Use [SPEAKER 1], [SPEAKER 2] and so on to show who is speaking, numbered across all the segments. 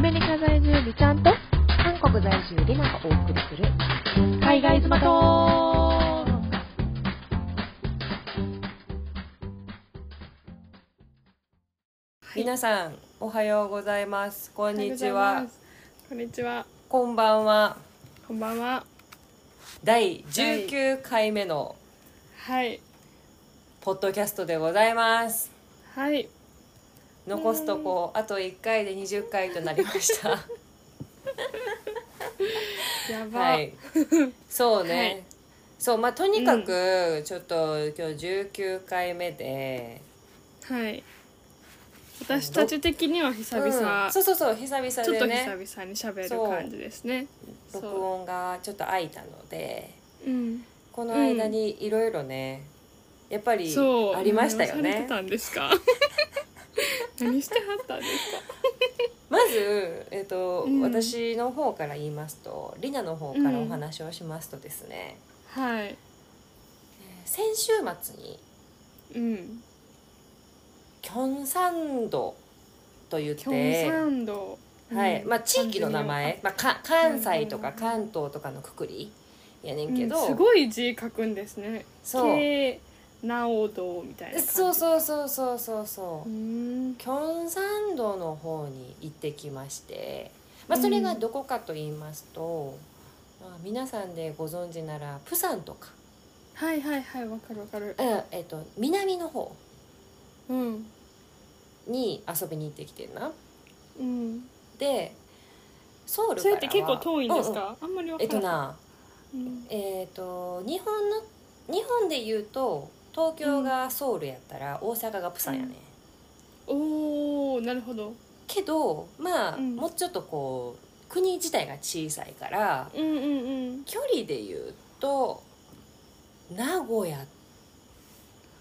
[SPEAKER 1] メリカ在住美ちゃんと
[SPEAKER 2] 韓国在住リナがお送りする
[SPEAKER 1] 海外妻と
[SPEAKER 3] 皆さんおはようございますこんにちは
[SPEAKER 1] こんにちは
[SPEAKER 3] こんばんは
[SPEAKER 1] こんばんは
[SPEAKER 3] 第19回目の
[SPEAKER 1] はい
[SPEAKER 3] ポッドキャストでございます
[SPEAKER 1] はい
[SPEAKER 3] 残すとこあと1回で20回となりました
[SPEAKER 1] やば、
[SPEAKER 3] はいそうね、
[SPEAKER 1] はい
[SPEAKER 3] そうまあとにかくちょっと今日19回目で、
[SPEAKER 1] はい私たち的には久々、
[SPEAKER 3] うんそうそうそう久々
[SPEAKER 1] ちょっと
[SPEAKER 3] で
[SPEAKER 1] 久
[SPEAKER 3] ね
[SPEAKER 1] 々に喋る感じですねそう
[SPEAKER 3] 録音がちょっと空いたので
[SPEAKER 1] うん
[SPEAKER 3] この間にいろいろね、やっぱり
[SPEAKER 1] そう
[SPEAKER 3] ありましたよ
[SPEAKER 1] 何をされ
[SPEAKER 3] ね
[SPEAKER 1] てたんです か何してはったんですか
[SPEAKER 3] まず、えっと
[SPEAKER 1] うん
[SPEAKER 3] 私の方から言いますとリナの方からお話をしますとですね、
[SPEAKER 1] はい
[SPEAKER 3] 先週末に
[SPEAKER 1] うん
[SPEAKER 3] キョンサンドと言っ
[SPEAKER 1] キョン
[SPEAKER 3] て
[SPEAKER 1] サ、ンド、
[SPEAKER 3] はい
[SPEAKER 1] うん
[SPEAKER 3] まあ、地域の名前、まあ、か関西と
[SPEAKER 1] う
[SPEAKER 3] か
[SPEAKER 1] ん
[SPEAKER 3] 関東とかのくくりやね
[SPEAKER 1] うん
[SPEAKER 3] けど、
[SPEAKER 1] すごい字書くんですね
[SPEAKER 3] そう
[SPEAKER 1] 慶直道みたいな感じ
[SPEAKER 3] そうそうそうそうそうそう
[SPEAKER 1] うーん
[SPEAKER 3] キョンサンドの方に行ってきまして、まあ、それがどこかと言いますと、まあ、皆さんでご存知ならプサンとか、
[SPEAKER 1] はいはいはいわかるわかる
[SPEAKER 3] うんえっと南の方
[SPEAKER 1] うん
[SPEAKER 3] に遊びに行ってきてんな
[SPEAKER 1] うん
[SPEAKER 3] でソウル
[SPEAKER 1] そ
[SPEAKER 3] から
[SPEAKER 1] れ
[SPEAKER 3] は
[SPEAKER 1] って結構遠いんです
[SPEAKER 3] うんうん
[SPEAKER 1] か、あんまりわか
[SPEAKER 3] えっと
[SPEAKER 1] らない、
[SPEAKER 3] な
[SPEAKER 1] うん
[SPEAKER 3] えっ、と日本の日本で言うと東京がソウルやったら大阪がプサンやね、
[SPEAKER 1] うんおおなるほど
[SPEAKER 3] けどまあ、
[SPEAKER 1] うん
[SPEAKER 3] もうちょっとこう国自体が小さいから
[SPEAKER 1] うんうんうん
[SPEAKER 3] 距離で言うと名古屋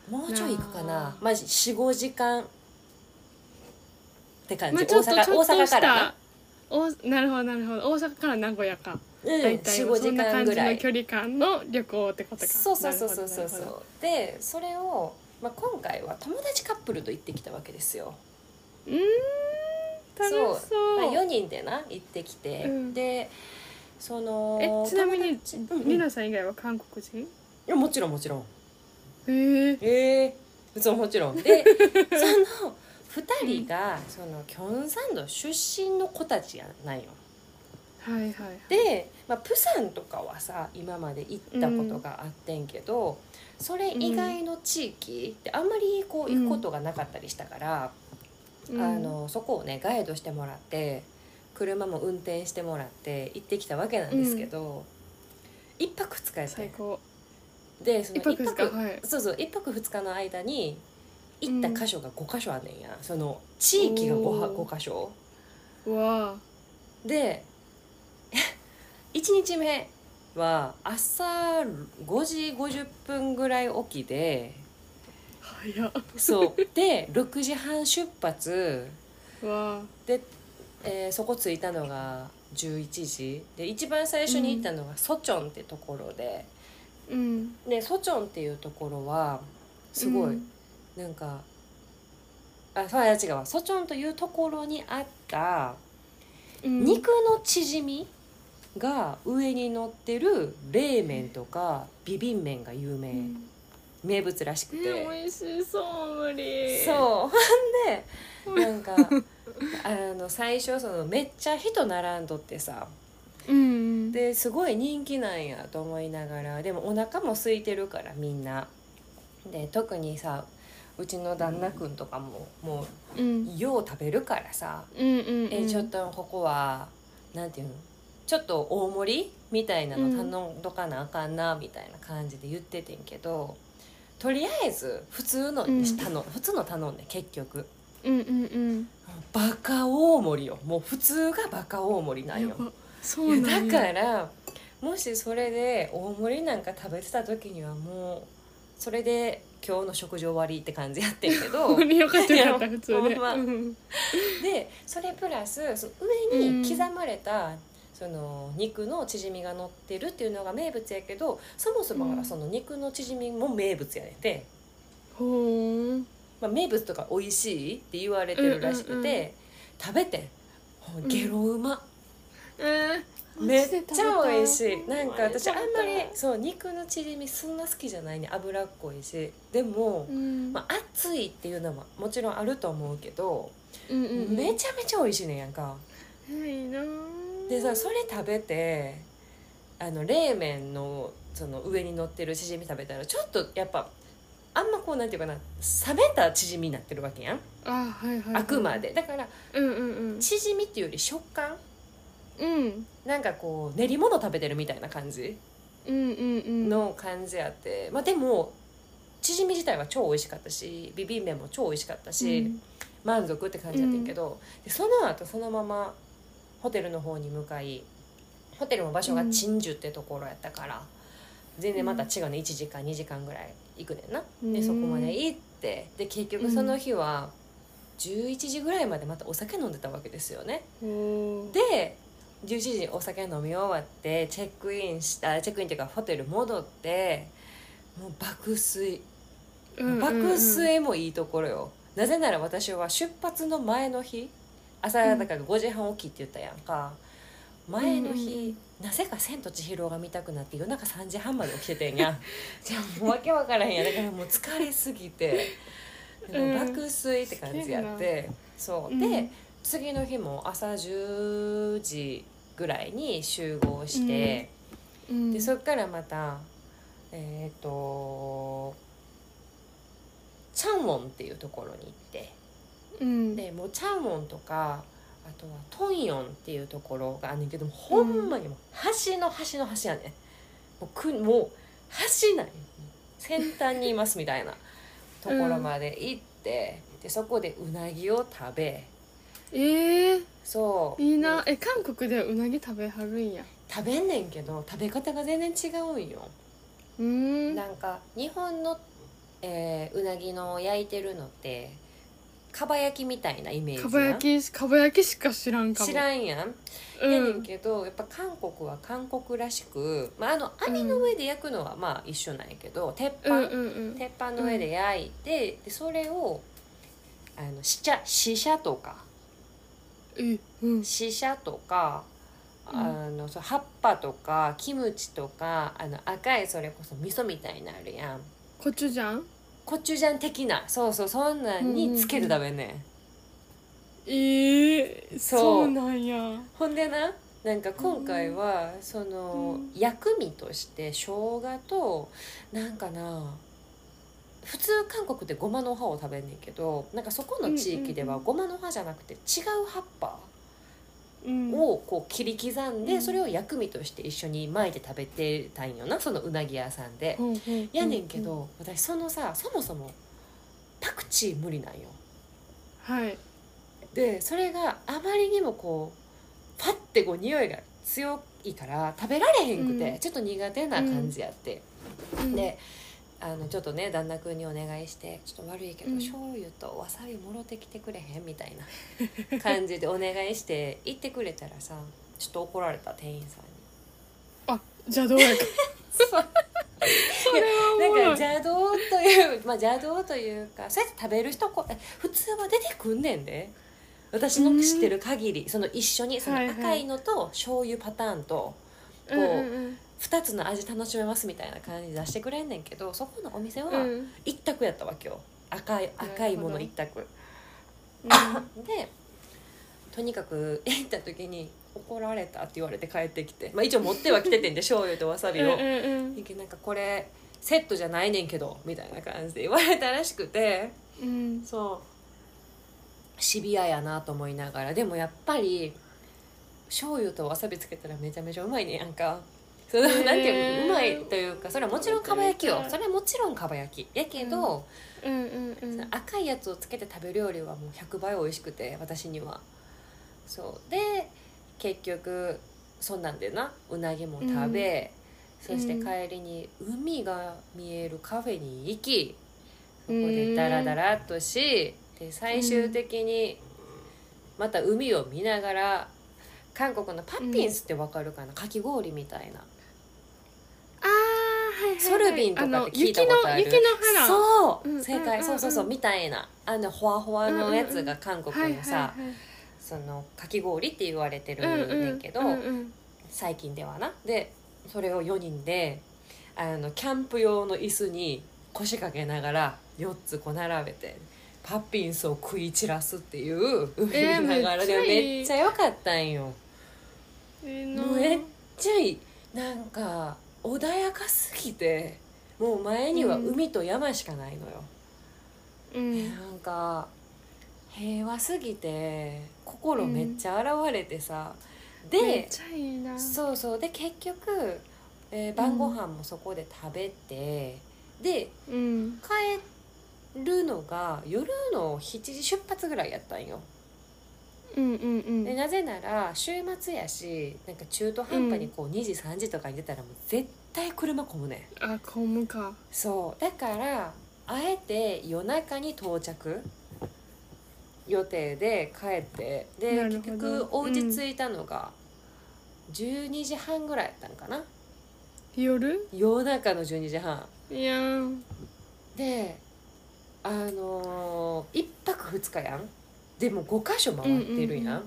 [SPEAKER 3] もうちょい行くかな
[SPEAKER 1] あー
[SPEAKER 3] まあ45時間って感じ、
[SPEAKER 1] まあちょっとちょ
[SPEAKER 3] 大
[SPEAKER 1] っ
[SPEAKER 3] 阪大
[SPEAKER 1] と
[SPEAKER 3] 阪
[SPEAKER 1] し
[SPEAKER 3] からな
[SPEAKER 1] たおなるほどなるほど大阪から名古屋か
[SPEAKER 3] うん
[SPEAKER 1] 大体は
[SPEAKER 3] 45
[SPEAKER 1] そ
[SPEAKER 3] 時
[SPEAKER 1] んな
[SPEAKER 3] 間
[SPEAKER 1] 感じ
[SPEAKER 3] ぐら
[SPEAKER 1] の
[SPEAKER 3] い
[SPEAKER 1] 距離感の旅行ってことか
[SPEAKER 3] そうそうそうそうそう
[SPEAKER 1] な
[SPEAKER 3] そ
[SPEAKER 1] るほどなるほど
[SPEAKER 3] うでそれを、まあ、今回は友達カップルと行ってきたわけですよ、
[SPEAKER 1] うーん楽しそう
[SPEAKER 3] まあ、4人でな行ってきて、
[SPEAKER 1] うん
[SPEAKER 3] でその
[SPEAKER 1] えちなみに
[SPEAKER 3] 友達うんうん
[SPEAKER 1] リ
[SPEAKER 3] い
[SPEAKER 1] ナさん以外は韓国人
[SPEAKER 3] やもちろんもちろん
[SPEAKER 1] へえ
[SPEAKER 3] ええそうもちろん でその2人がそのキョンサンド出身の子たちやないよ
[SPEAKER 1] はいはいはい
[SPEAKER 3] で、まあ、プサンとかはさ今まで行ったことがあってんけど、それ以外の地域ってあんまりこう行くことがなかったりしたから、
[SPEAKER 1] うん
[SPEAKER 3] あのそこをねガイドしてもらって車も運転してもらって行ってきたわけなんですけど、一泊二日やったん
[SPEAKER 1] 最
[SPEAKER 3] よ
[SPEAKER 1] 高
[SPEAKER 3] でその
[SPEAKER 1] 一泊ですかはい
[SPEAKER 3] そうそう一泊二日の間に行った箇所が5箇所あんねんや、その地域が 5, は
[SPEAKER 1] おー
[SPEAKER 3] 5箇所
[SPEAKER 1] うわ
[SPEAKER 3] で1日目は朝5時50分ぐらい起きで
[SPEAKER 1] あ早っ
[SPEAKER 3] そう で6時半出発
[SPEAKER 1] うわあ
[SPEAKER 3] で、えーそこ着いたのが11時で一番最初に行ったのがソチョンってところで、
[SPEAKER 1] うん
[SPEAKER 3] でソチョンっていうところはすごい、
[SPEAKER 1] うん
[SPEAKER 3] なんかあそうあ違うわソチョンというところにあった
[SPEAKER 1] うん
[SPEAKER 3] 肉の縮みが上に乗ってる冷麺とかビビン麺が有名、
[SPEAKER 1] うん
[SPEAKER 3] 名物らしく
[SPEAKER 1] え
[SPEAKER 3] て、
[SPEAKER 1] 美味しそう無理
[SPEAKER 3] そうほん でなんかあの最初そのめっちゃ人並んどってさ
[SPEAKER 1] ううん
[SPEAKER 3] ですごい人気なんやと思いながらでもお腹も空いてるからみんな。で特にさうちの旦那くんとかもも
[SPEAKER 1] うん
[SPEAKER 3] うよう食べるからさ
[SPEAKER 1] うんうん
[SPEAKER 3] えちょっとここはなんていうのちょっと大盛りみたいなの頼んどかなあかんなみたいな感じで言っててんけどとりあえず普通のにし
[SPEAKER 1] うん
[SPEAKER 3] 頼ん普通の頼んで結局
[SPEAKER 1] うんうんうん
[SPEAKER 3] バカ大盛りよもう普通がバカ大盛りなん
[SPEAKER 1] や
[SPEAKER 3] よ
[SPEAKER 1] ばそう
[SPEAKER 3] い
[SPEAKER 1] な
[SPEAKER 3] や
[SPEAKER 1] ん
[SPEAKER 3] だ
[SPEAKER 1] や
[SPEAKER 3] からもしそれで大盛りなんか食べてた時にはもうそれで今日の食事終わりって感じやってんけど
[SPEAKER 1] ここによかったよかった
[SPEAKER 3] いや
[SPEAKER 1] 普通で
[SPEAKER 3] ほんま
[SPEAKER 1] うん
[SPEAKER 3] でそれプラスその上に刻まれた、その肉のチヂミが乗ってるっていうのが名物やけどそもそもがその肉のチヂミも名物やねんて、
[SPEAKER 1] ほーん
[SPEAKER 3] まあ、名物とか美味しいって言われてるらしくて、
[SPEAKER 1] うんうんうん
[SPEAKER 3] 食べてん
[SPEAKER 1] ん
[SPEAKER 3] ゲロうま、
[SPEAKER 1] えー、
[SPEAKER 3] めっちゃ美味しい
[SPEAKER 1] マジで
[SPEAKER 3] なん
[SPEAKER 1] 食べ
[SPEAKER 3] か
[SPEAKER 1] た
[SPEAKER 3] 私あんまり
[SPEAKER 1] 食べたい
[SPEAKER 3] そう肉のチヂミそんな好きじゃないね脂っこいしでも、
[SPEAKER 1] うん、
[SPEAKER 3] まあ、熱いっていうのももちろんあると思うけど、
[SPEAKER 1] うんうんうん、
[SPEAKER 3] めちゃめちゃ美味しいねんやんか
[SPEAKER 1] いいなー
[SPEAKER 3] でさそれ食べてあの冷麺のその上に乗ってるチヂミ食べたらちょっとやっぱあんまこうなんていうかな冷めたチヂミになってるわけやん
[SPEAKER 1] あはいはい、はい、
[SPEAKER 3] あくまでだから
[SPEAKER 1] うんうんうん
[SPEAKER 3] チヂミっていうより食感
[SPEAKER 1] うん
[SPEAKER 3] なんかこう練り物食べてるみたいな感じ
[SPEAKER 1] うんうんうん
[SPEAKER 3] の感じやって、まあ、でもチヂミ自体は超美味しかったしビビン麺も超美味しかったし、満足って感じやってんけど、でその後そのままホテルの方に向かいホテルも場所が鎮守ってところやったから、全然また違うね1時間2時間ぐらい行くねんな。
[SPEAKER 1] うん
[SPEAKER 3] でそこまで行ってで結局その日は11時ぐらいまでまたお酒飲んでたわけですよね。
[SPEAKER 1] おー
[SPEAKER 3] で11時にお酒飲み終わってチェックインしたチェックインっていうかホテル戻ってもう爆
[SPEAKER 1] うんうん
[SPEAKER 3] 睡、
[SPEAKER 1] うん
[SPEAKER 3] 爆睡もいいところよなぜなら私は出発の前の日朝だから5時半起きって言ったやんか、前
[SPEAKER 1] うんう
[SPEAKER 3] の
[SPEAKER 1] ん
[SPEAKER 3] 日、なぜか「千と千尋」が見たくなって夜中3時半まで起きててんや んじゃあもう訳分からへんやんだからもう疲れすぎてでも
[SPEAKER 1] うん
[SPEAKER 3] 爆睡って感じやって、そうで、
[SPEAKER 1] うん
[SPEAKER 3] 次の日も朝10時ぐらいに集合して、
[SPEAKER 1] うん
[SPEAKER 3] でそっからまたえっ、とチャンウォンっていうところに行って
[SPEAKER 1] うん
[SPEAKER 3] でもうチャンウォンとかあとはトンヨンっていうところがあんねんけどもほんまにもう橋の橋の橋やねんもうくもう橋ない先端にいますみたいなところまで行って、でそこでうなぎを食べ
[SPEAKER 1] えー、
[SPEAKER 3] そう
[SPEAKER 1] いいなえ韓国ではうなぎ食べはるんや
[SPEAKER 3] 食べんねんけど食べ方が全然違うんよ、
[SPEAKER 1] うーん
[SPEAKER 3] なんか日本の、えーうなぎの焼いてるのってかば焼きみたいなイメージや
[SPEAKER 1] か
[SPEAKER 3] ん
[SPEAKER 1] ば焼きかば焼きしか知らんかも
[SPEAKER 3] 知らんやん、
[SPEAKER 1] う
[SPEAKER 3] やねん
[SPEAKER 1] ん
[SPEAKER 3] けどやっぱ韓国は韓国らしく、まあ、あの網の上で焼くのはまあ一緒なんやけど、鉄板、
[SPEAKER 1] うんうんうん
[SPEAKER 3] 鉄板の上で焼いて、でそれをあのしちゃししゃとか
[SPEAKER 1] えうん
[SPEAKER 3] シシャとか、
[SPEAKER 1] うん
[SPEAKER 3] あのそう葉っぱとかキムチとかあの赤いそれこそ味噌みたいになるやん
[SPEAKER 1] コチュジャン
[SPEAKER 3] コチュジャン的なそうそうそんなんにつけて食べんね、ん
[SPEAKER 1] えー、
[SPEAKER 3] そう
[SPEAKER 1] そうなんや
[SPEAKER 3] ほんでななんか今回はその、
[SPEAKER 1] うん
[SPEAKER 3] 薬味として生姜となんかな普通韓国でごまの葉を食べんねんけどなんかそこの地域で
[SPEAKER 1] うん
[SPEAKER 3] は
[SPEAKER 1] うん
[SPEAKER 3] ごまの葉じゃなくて違う葉っぱ
[SPEAKER 1] うん
[SPEAKER 3] をこう切り刻ん
[SPEAKER 1] う
[SPEAKER 3] で
[SPEAKER 1] ん
[SPEAKER 3] それを薬味として一緒に巻いて食べてたんよなそのうなぎ屋さんで。
[SPEAKER 1] ほうほう
[SPEAKER 3] やねんけど私そのさそもそもパクチー無理なんよ。
[SPEAKER 1] はい
[SPEAKER 3] でそれがあまりにもこうパッてこう匂いが強いから食べられへんくて、
[SPEAKER 1] うん
[SPEAKER 3] ちょっと苦手な感じやって。
[SPEAKER 1] うん
[SPEAKER 3] であのちょっとね旦那君にお願いして「ちょっと悪いけど、
[SPEAKER 1] うん
[SPEAKER 3] 醤油とわさびもろてきてくれへん?」みたいな感じでお願いして行ってくれたらさちょっと怒られた店員 さんに。
[SPEAKER 1] 邪道やかそれはお
[SPEAKER 3] なん
[SPEAKER 1] も
[SPEAKER 3] か
[SPEAKER 1] ろい
[SPEAKER 3] 邪道というまあ邪道というかそうやって食べる人こえ普通は出てくんねんで私の知ってる限り、その一緒にその
[SPEAKER 1] はいはい
[SPEAKER 3] 赤いのと醤油パターンとこう
[SPEAKER 1] うんうん
[SPEAKER 3] 2つの味楽しめますみたいな感じで出してくれんねんけどそこのお店は
[SPEAKER 1] うんうん
[SPEAKER 3] 一択やったわけよ赤い
[SPEAKER 1] ほど
[SPEAKER 3] 赤いもの一択でとにかく 行った時に怒られたって言われて帰ってきて、まあ、一応持っては来ててんで醤油とわさび
[SPEAKER 1] うん
[SPEAKER 3] を。
[SPEAKER 1] うん
[SPEAKER 3] いけなんかこれセットじゃないねんけどみたいな感じで言われたらしくて
[SPEAKER 1] うん
[SPEAKER 3] そうシビアやなと思いながらでもやっぱり醤油とわさびつけたらめちゃめちゃうまいねやんかその、
[SPEAKER 1] へー
[SPEAKER 3] なんていうのうまいというかそれはもちろんかば焼きよ
[SPEAKER 1] 食べたい
[SPEAKER 3] それはもちろんかば焼きやけど、
[SPEAKER 1] うんうんうん
[SPEAKER 3] その赤いやつをつけて食べるよりはもう100倍美味しくて私にはそうで結局そんなんでなうなぎも食べ、
[SPEAKER 1] うん
[SPEAKER 3] そして帰りに海が見えるカフェに行きそこでダラダラっとしで最終的にまた海を見ながら韓国のパッピンスってわかるかなかき氷みたいな
[SPEAKER 1] あーはいはいはい
[SPEAKER 3] ソルビンとかって聞いたことある
[SPEAKER 1] の雪の雪の原
[SPEAKER 3] そう
[SPEAKER 1] うん
[SPEAKER 3] 正
[SPEAKER 1] うんうんう
[SPEAKER 3] 解
[SPEAKER 1] ん
[SPEAKER 3] そうそうそうみたいなあのほわほわのやつが韓国のさ
[SPEAKER 1] はいはいはい
[SPEAKER 3] そのかき氷って言われてるねんけど、
[SPEAKER 1] うんうん
[SPEAKER 3] 最近ではなでそれを4人であのキャンプ用の椅子に腰掛けながら4つこう並べてパッピンスを食い散らすっていう
[SPEAKER 1] えー
[SPEAKER 3] ながらで
[SPEAKER 1] めっちゃいい
[SPEAKER 3] めっちゃ良かったんよ。
[SPEAKER 1] ええな
[SPEAKER 3] もうめっちゃいいなんか穏やかすぎてもう前には海と山しかないのよ。
[SPEAKER 1] うん
[SPEAKER 3] なんか平和すぎて心めっちゃ洗われてさ、
[SPEAKER 1] めっ
[SPEAKER 3] で
[SPEAKER 1] ちゃいいな
[SPEAKER 3] そうそうで結局、えー晩ご飯もそこで食べて、で
[SPEAKER 1] うん
[SPEAKER 3] 帰るのが夜の7時出発ぐらいやったんよ。
[SPEAKER 1] うんうんうん
[SPEAKER 3] でなぜなら週末やしなんか中途半端にこう2時3時とかに出たらもう絶対車混むねん。
[SPEAKER 1] あ公務か
[SPEAKER 3] そうだからあえて夜中に到着予定で帰ってで
[SPEAKER 1] なる
[SPEAKER 3] 結
[SPEAKER 1] ほど
[SPEAKER 3] 局お家着いたのが12時半ぐらいやったんかな、
[SPEAKER 1] 夜
[SPEAKER 3] 夜中の12時半
[SPEAKER 1] いやー
[SPEAKER 3] であのー、1泊2日やんでも5箇所回ってるやん,、
[SPEAKER 1] うんうん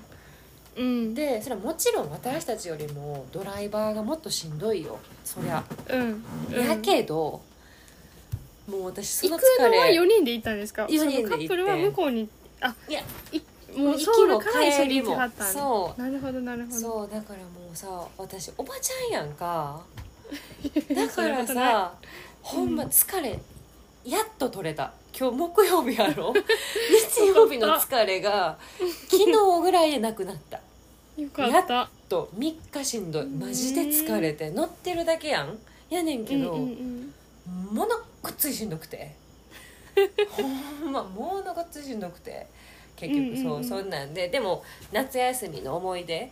[SPEAKER 1] うん
[SPEAKER 3] でそれはもちろん私たちよりもドライバーがもっとしんどいよそりゃ、
[SPEAKER 1] うんうん
[SPEAKER 3] やけどもう私そ
[SPEAKER 1] 行
[SPEAKER 3] の
[SPEAKER 1] く
[SPEAKER 3] 疲
[SPEAKER 1] のは
[SPEAKER 3] れ
[SPEAKER 1] 4人で行ったんですか
[SPEAKER 3] 四人で行って
[SPEAKER 1] そのカップルは向こうにあ
[SPEAKER 3] いや
[SPEAKER 1] いもう
[SPEAKER 3] 行き
[SPEAKER 1] ソウル
[SPEAKER 3] も
[SPEAKER 1] から一緒
[SPEAKER 3] 帰
[SPEAKER 1] に
[SPEAKER 3] り
[SPEAKER 1] 行き
[SPEAKER 3] も
[SPEAKER 1] はったんだ
[SPEAKER 3] そう
[SPEAKER 1] なるほどなるほど
[SPEAKER 3] そうだからもうさ私おばちゃんやんか だか
[SPEAKER 1] そんな
[SPEAKER 3] ら
[SPEAKER 1] ことな
[SPEAKER 3] さほんま
[SPEAKER 1] うん
[SPEAKER 3] 疲れ、やっと取れた今日木曜日 やろ日曜日の疲れが昨日ぐらいでなくなった
[SPEAKER 1] よかった
[SPEAKER 3] と3日しんどいマジで疲れて乗ってるだけやんやねんけど、
[SPEAKER 1] うんうん
[SPEAKER 3] ものごっついしんどくてほんまものごっついしんどくて結局そう、
[SPEAKER 1] うんうんうん
[SPEAKER 3] そんなんででも夏休みの思い出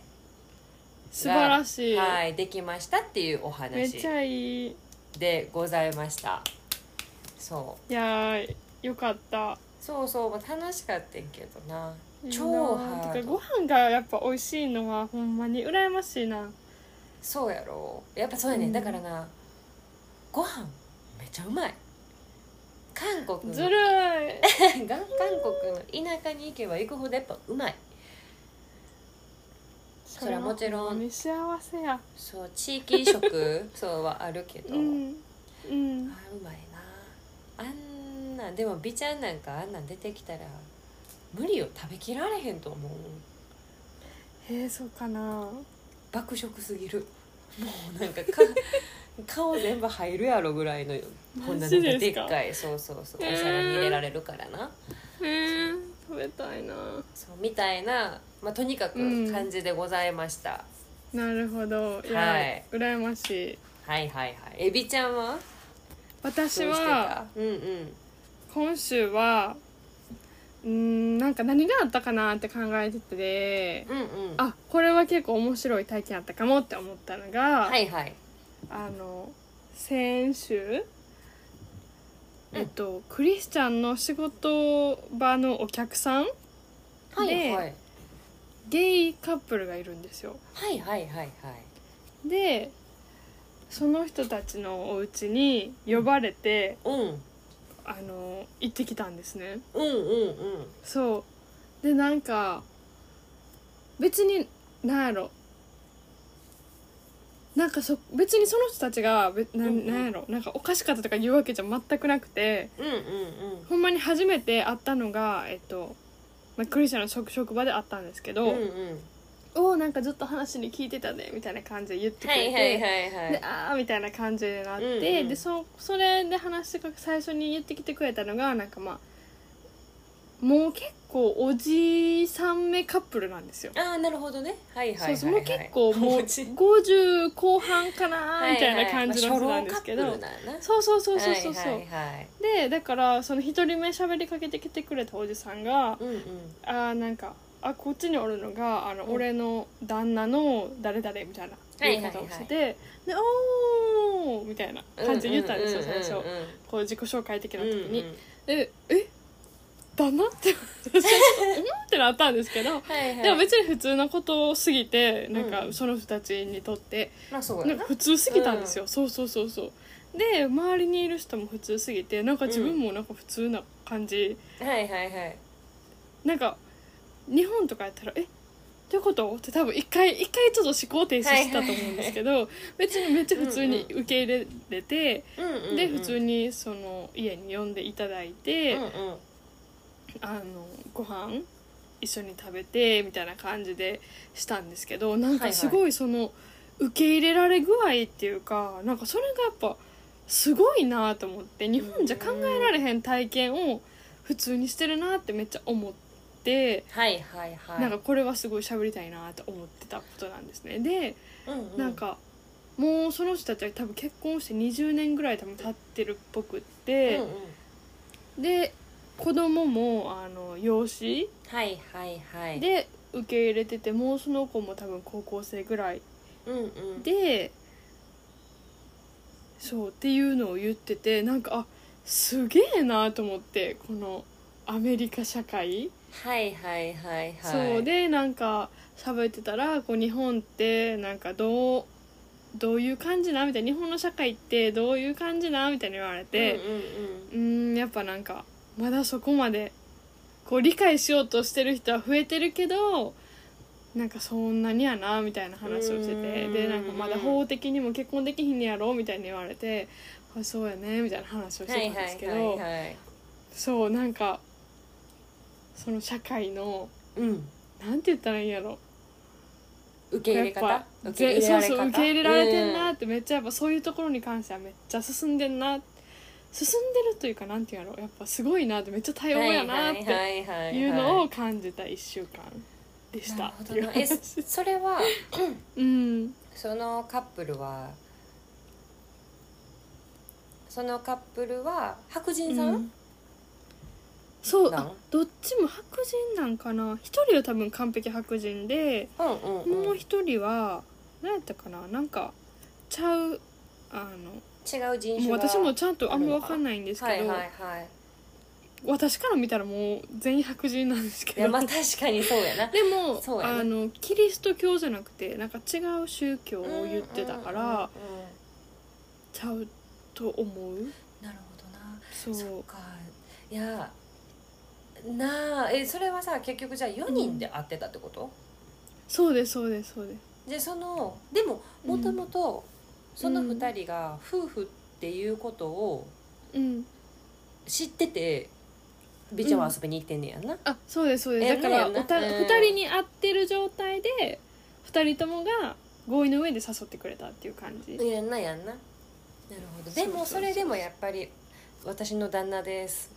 [SPEAKER 1] 素晴らしい、
[SPEAKER 3] はい、できましたっていうお
[SPEAKER 1] めっち
[SPEAKER 3] 話
[SPEAKER 1] ゃいいい
[SPEAKER 3] でございました。そう、
[SPEAKER 1] やーよかった
[SPEAKER 3] そうそう、まあ楽しかったんけどな。
[SPEAKER 1] いいな
[SPEAKER 3] 超ハード
[SPEAKER 1] てかご飯がやっぱ美味しいのはほんまに羨ましいな
[SPEAKER 3] そうやろやっぱそうやね、
[SPEAKER 1] うん
[SPEAKER 3] だからな。ご飯、めちゃうまい。韓国の
[SPEAKER 1] ずるい
[SPEAKER 3] 韓国の田舎に行けば行くほどやっぱうまい。それはもちろん
[SPEAKER 1] ほまに幸せや
[SPEAKER 3] そう、地域 移植、そうはあるけど。
[SPEAKER 1] うんうん
[SPEAKER 3] あうまいなあんなんでも美ちゃんなんかあんなん出てきたら無理よ食べきられへんと思う
[SPEAKER 1] へえそうかな
[SPEAKER 3] 爆食すぎるもうなんか か顔全部入るやろぐらいのこんな
[SPEAKER 1] マ
[SPEAKER 3] な
[SPEAKER 1] ジ
[SPEAKER 3] んか
[SPEAKER 1] で
[SPEAKER 3] ですっ
[SPEAKER 1] か
[SPEAKER 3] かいそうそうそうお皿に入れられるからな、
[SPEAKER 1] へえ食べたいな
[SPEAKER 3] そうみたいな、まあ、とにか
[SPEAKER 1] う
[SPEAKER 3] く
[SPEAKER 1] ん
[SPEAKER 3] 感じでございました、
[SPEAKER 1] なるほどいや、
[SPEAKER 3] はい
[SPEAKER 1] 羨ましい
[SPEAKER 3] はいはいはいえびちゃんはどうし
[SPEAKER 1] 私
[SPEAKER 3] て
[SPEAKER 1] は
[SPEAKER 3] たうんうん
[SPEAKER 1] 今週はうーんなんか何があったかなって考えてて
[SPEAKER 3] うんうん
[SPEAKER 1] あこれは結構面白い体験あったかもって思ったのが、
[SPEAKER 3] はいはい
[SPEAKER 1] あの先週、
[SPEAKER 3] うん
[SPEAKER 1] えっとクリスチャンの仕事場のお客さん
[SPEAKER 3] はいはい
[SPEAKER 1] ゲイカップルがいるんですよ
[SPEAKER 3] はいはいはいはい
[SPEAKER 1] でその人たちのお家に呼ばれて、
[SPEAKER 3] うん
[SPEAKER 1] あの行ってきたんですね
[SPEAKER 3] うんうんうん
[SPEAKER 1] そうでなんか別になんやろなんかそ別にその人たちがべな
[SPEAKER 3] うんうん
[SPEAKER 1] なんやろなんかおかしかったとか言うわけじゃ全くなくて
[SPEAKER 3] うんうんうん
[SPEAKER 1] ほんまに初めて会ったのが、えっとまあ、クリスチャンの職職場で会ったんですけど「
[SPEAKER 3] うんうん
[SPEAKER 1] おおなんかずっと話に聞いてたね」みたいな感じで言ってく
[SPEAKER 3] は
[SPEAKER 1] れて、
[SPEAKER 3] いはいはいはい
[SPEAKER 1] であーみたいな感じになって、
[SPEAKER 3] うんうん
[SPEAKER 1] でそそれで話してく最初に言ってきてくれたのがなんかまあもう結構おじさんめカップルなんですよ。
[SPEAKER 3] ああなるほどねはいはいはい、はい、
[SPEAKER 1] そうそうもう結構もう
[SPEAKER 3] ち
[SPEAKER 1] 50後半かなーみたいな感じの人
[SPEAKER 3] は
[SPEAKER 1] ない
[SPEAKER 3] はい
[SPEAKER 1] んですけど、
[SPEAKER 3] まあ初老カップルなんやな
[SPEAKER 1] そうそうそうそうそうそう、
[SPEAKER 3] はいはいはい
[SPEAKER 1] でだからその1人目喋りかけてきてくれたおじさんが
[SPEAKER 3] うんうん
[SPEAKER 1] あーなんかあこっちにおるのがあの、
[SPEAKER 3] うん
[SPEAKER 1] 俺の旦那の誰々みたいな言い方をしてて、で「おー」みたいな感じで言ったんですよ最初、
[SPEAKER 3] うんうんうんうん
[SPEAKER 1] こう自己紹介的な時
[SPEAKER 3] うん
[SPEAKER 1] に、
[SPEAKER 3] うん
[SPEAKER 1] でえ旦那って 私ちょっとうんってなったんですけど、
[SPEAKER 3] はいはい
[SPEAKER 1] でも別に普通なことを過ぎてなん
[SPEAKER 3] う
[SPEAKER 1] か
[SPEAKER 3] ん
[SPEAKER 1] その人たちにとって
[SPEAKER 3] まあそう
[SPEAKER 1] な
[SPEAKER 3] や
[SPEAKER 1] ん
[SPEAKER 3] な
[SPEAKER 1] か普通すぎたんですよ、そうそうそうそうで周りにいる人も普通すぎてなんか自分もなんか普通な感じ、
[SPEAKER 3] はいはいはい
[SPEAKER 1] なんか日本とかやったら「えどういうこと?」って多分一回一回ちょっと思考停止したと思うんですけど、別にめっちゃ普通に受け入れれて、
[SPEAKER 3] うんうんうん
[SPEAKER 1] で普通にその家に呼んでいただいて、
[SPEAKER 3] うんうん
[SPEAKER 1] あのご飯一緒に食べてみたいな感じでしたんですけどなん
[SPEAKER 3] はいは
[SPEAKER 1] か
[SPEAKER 3] い
[SPEAKER 1] すごいその、受け入れられ具合っていうかなんかそれがやっぱすごいなと思って日本じゃ考えられへん体験を普通にしてるなってめっちゃ思って、
[SPEAKER 3] はいはいはい
[SPEAKER 1] なんかこれはすごい喋りたいなと思ってたことなんですね。で、
[SPEAKER 3] うんうん
[SPEAKER 1] なんかもうその人たちは多分結婚して20年ぐらい多分経ってるっぽくっ
[SPEAKER 3] うん
[SPEAKER 1] て
[SPEAKER 3] うん、
[SPEAKER 1] で子供もあの養子
[SPEAKER 3] はいはいはい
[SPEAKER 1] で受け入れててもうその子も多分高校生ぐらい
[SPEAKER 3] うんうん
[SPEAKER 1] でそうっていうのを言っててなんかあすげえなと思ってこのアメリカ社会、
[SPEAKER 3] はいはいはいはい
[SPEAKER 1] そうでなんか喋ってたらこう日本ってなんかどうどういう感じなみたいな日本の社会ってどういう感じなみたいに言われて。
[SPEAKER 3] うんうん
[SPEAKER 1] うーんやっぱなんかまだそこまでこう理解しようとしてる人は増えてるけどなんかそんなにやなみたいな話をして
[SPEAKER 3] うー
[SPEAKER 1] て
[SPEAKER 3] ん
[SPEAKER 1] でなんかまだ法的にも結婚できひんねやろみたいに言われてあそうやねみたいな話を
[SPEAKER 3] うん
[SPEAKER 1] して
[SPEAKER 3] は
[SPEAKER 1] た
[SPEAKER 3] い
[SPEAKER 1] ん
[SPEAKER 3] は
[SPEAKER 1] ですけ
[SPEAKER 3] い
[SPEAKER 1] ど、
[SPEAKER 3] はいはい
[SPEAKER 1] そうなんかその社会の
[SPEAKER 3] うん
[SPEAKER 1] なんて言ったらいいんやろ
[SPEAKER 3] 受け入れ
[SPEAKER 1] やっ
[SPEAKER 3] 方
[SPEAKER 1] ぱ
[SPEAKER 3] 受け入れられ
[SPEAKER 1] そうそう
[SPEAKER 3] 方
[SPEAKER 1] 受け入れられてんなってめっちゃやっぱそういうところに関してはめっちゃ進んでんな進んでるというかなんていうんやろやっぱすごいなってめっちゃ多様やなって
[SPEAKER 3] て
[SPEAKER 1] いうのを感じた1週間でしたっていう
[SPEAKER 3] え
[SPEAKER 1] 話
[SPEAKER 3] それは
[SPEAKER 1] うん
[SPEAKER 3] そのカップルはそのカップルは白人さ
[SPEAKER 1] うんんそう
[SPEAKER 3] なん
[SPEAKER 1] あどっちも白人なんかな一人は多分完璧白人で
[SPEAKER 3] うんうんうん
[SPEAKER 1] もう
[SPEAKER 3] 違う
[SPEAKER 1] 一人は何やったかななんかちゃうあの
[SPEAKER 3] 人
[SPEAKER 1] も
[SPEAKER 3] 種
[SPEAKER 1] う
[SPEAKER 3] は
[SPEAKER 1] 私もちゃんとあんま分かんないんですけど、
[SPEAKER 3] はいはいはい
[SPEAKER 1] 私から見たらもう全員白人なんです
[SPEAKER 3] い
[SPEAKER 1] け
[SPEAKER 3] や
[SPEAKER 1] ど、
[SPEAKER 3] まあ確かにそうやな
[SPEAKER 1] でも、
[SPEAKER 3] そうやね
[SPEAKER 1] あのキリスト教じゃなくてなんか違う宗教を言ってたから、
[SPEAKER 3] うんうんうんうん
[SPEAKER 1] ちゃうと思う
[SPEAKER 3] なるほどな
[SPEAKER 1] そう
[SPEAKER 3] そっかいやなあえそれはさ結局じゃあ4人で会ってたってこと、
[SPEAKER 1] そうですそうですそうです
[SPEAKER 3] でそのでももともとその2人が夫婦っていうことを
[SPEAKER 1] うん
[SPEAKER 3] 知ってて美ちゃんは遊びに行ってんねやんな、
[SPEAKER 1] あそうですそうで
[SPEAKER 3] え
[SPEAKER 1] すだから
[SPEAKER 3] なんや
[SPEAKER 1] お
[SPEAKER 3] な
[SPEAKER 1] た、
[SPEAKER 3] うん
[SPEAKER 1] 2人に会ってる状態で2人ともが合意の上で誘ってくれたっていう感じ、
[SPEAKER 3] やんなやんななるほど
[SPEAKER 1] そ
[SPEAKER 3] で
[SPEAKER 1] うそうそ
[SPEAKER 3] も
[SPEAKER 1] う
[SPEAKER 3] それでもやっぱり「私の旦那です」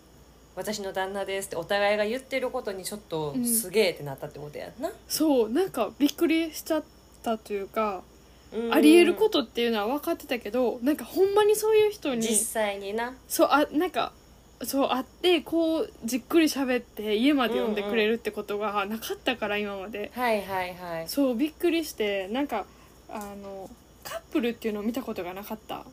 [SPEAKER 3] 私の旦那ですってお互いが言ってることにちょっと
[SPEAKER 1] うん
[SPEAKER 3] すげえってなったってことやんな、
[SPEAKER 1] そうなんかびっくりしちゃったというか、
[SPEAKER 3] うん
[SPEAKER 1] ありえることっていうのは分かってたけどなんかほんまにそういう人に
[SPEAKER 3] 実際にな
[SPEAKER 1] そうあなんかそう会ってこうじっくり喋って家まで呼んでくれるってことがなかったから今まで
[SPEAKER 3] はいはいはい
[SPEAKER 1] そうびっくりしてなんかあのカップルっていうのを見たことがなかった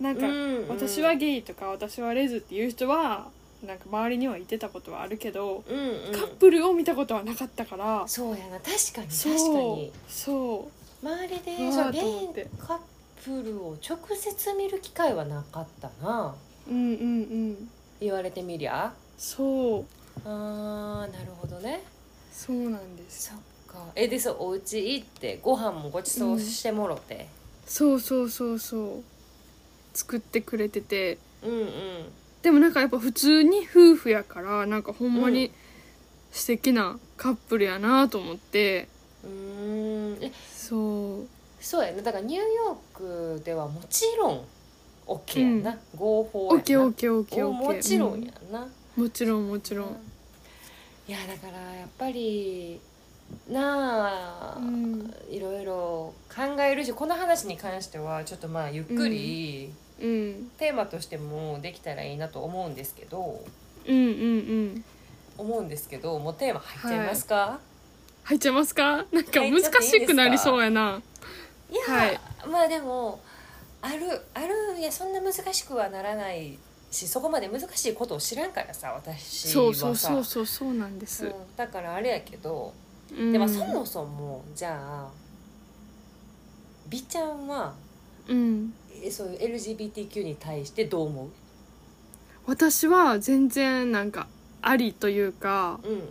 [SPEAKER 1] なんか、私はゲイとか私はレズっていう人はなんか周りにはいてたことはあるけど、
[SPEAKER 3] うんうん
[SPEAKER 1] カップルを見たことはなかったから
[SPEAKER 3] そうやな確かに確か
[SPEAKER 1] そう
[SPEAKER 3] に
[SPEAKER 1] そ
[SPEAKER 3] 周りで
[SPEAKER 1] うわー
[SPEAKER 3] そのゲイ
[SPEAKER 1] と思って
[SPEAKER 3] カップルを直接見る機会はなかったな
[SPEAKER 1] ううんうんうん
[SPEAKER 3] 言われてみりゃ
[SPEAKER 1] そう
[SPEAKER 3] あーなるほどね
[SPEAKER 1] そうなんです
[SPEAKER 3] そっかえでそうお家行ってご飯もごちそうしてもろて、
[SPEAKER 1] そうそうそうそう作ってくれてて
[SPEAKER 3] うん、うん
[SPEAKER 1] でもなんかやっぱ普通に夫婦やからなんかほんま
[SPEAKER 3] う
[SPEAKER 1] に素敵なカップルやなと思って、
[SPEAKER 3] うーんえ
[SPEAKER 1] そう
[SPEAKER 3] そうやなだからニューヨークではもちろん OK やんな、合法や
[SPEAKER 1] オ
[SPEAKER 3] な
[SPEAKER 1] ッケーオッケーオッケー
[SPEAKER 3] お
[SPEAKER 1] オッケー
[SPEAKER 3] もちろんやんな、
[SPEAKER 1] うんもちろんもちろん、
[SPEAKER 3] いやだからやっぱりなあ、
[SPEAKER 1] うん
[SPEAKER 3] いろいろ考えるしこの話に関してはちょっとまあゆっくり、
[SPEAKER 1] うん、
[SPEAKER 3] テーマとしてもできたらいいなと思うんですけど
[SPEAKER 1] うんうんうん
[SPEAKER 3] 思うんですけどもうテーマ入っちゃいますか、
[SPEAKER 1] 入っちゃいますかなんか
[SPEAKER 3] 入っちゃっていい、
[SPEAKER 1] 難しくなりそうやない
[SPEAKER 3] や、
[SPEAKER 1] はい
[SPEAKER 3] まあでもあるあるいやそんな難しくはならないしそこまで難しいことを知らんからさ私
[SPEAKER 1] そう
[SPEAKER 3] はさ
[SPEAKER 1] そうそうそうそうなんです、
[SPEAKER 3] うんだからあれやけど
[SPEAKER 1] うん、
[SPEAKER 3] でもそもそもじゃあ美ちゃんは
[SPEAKER 1] うん
[SPEAKER 3] えそういう LGBTQ に対してどう思う
[SPEAKER 1] 私は全然なんかありというか
[SPEAKER 3] うんうん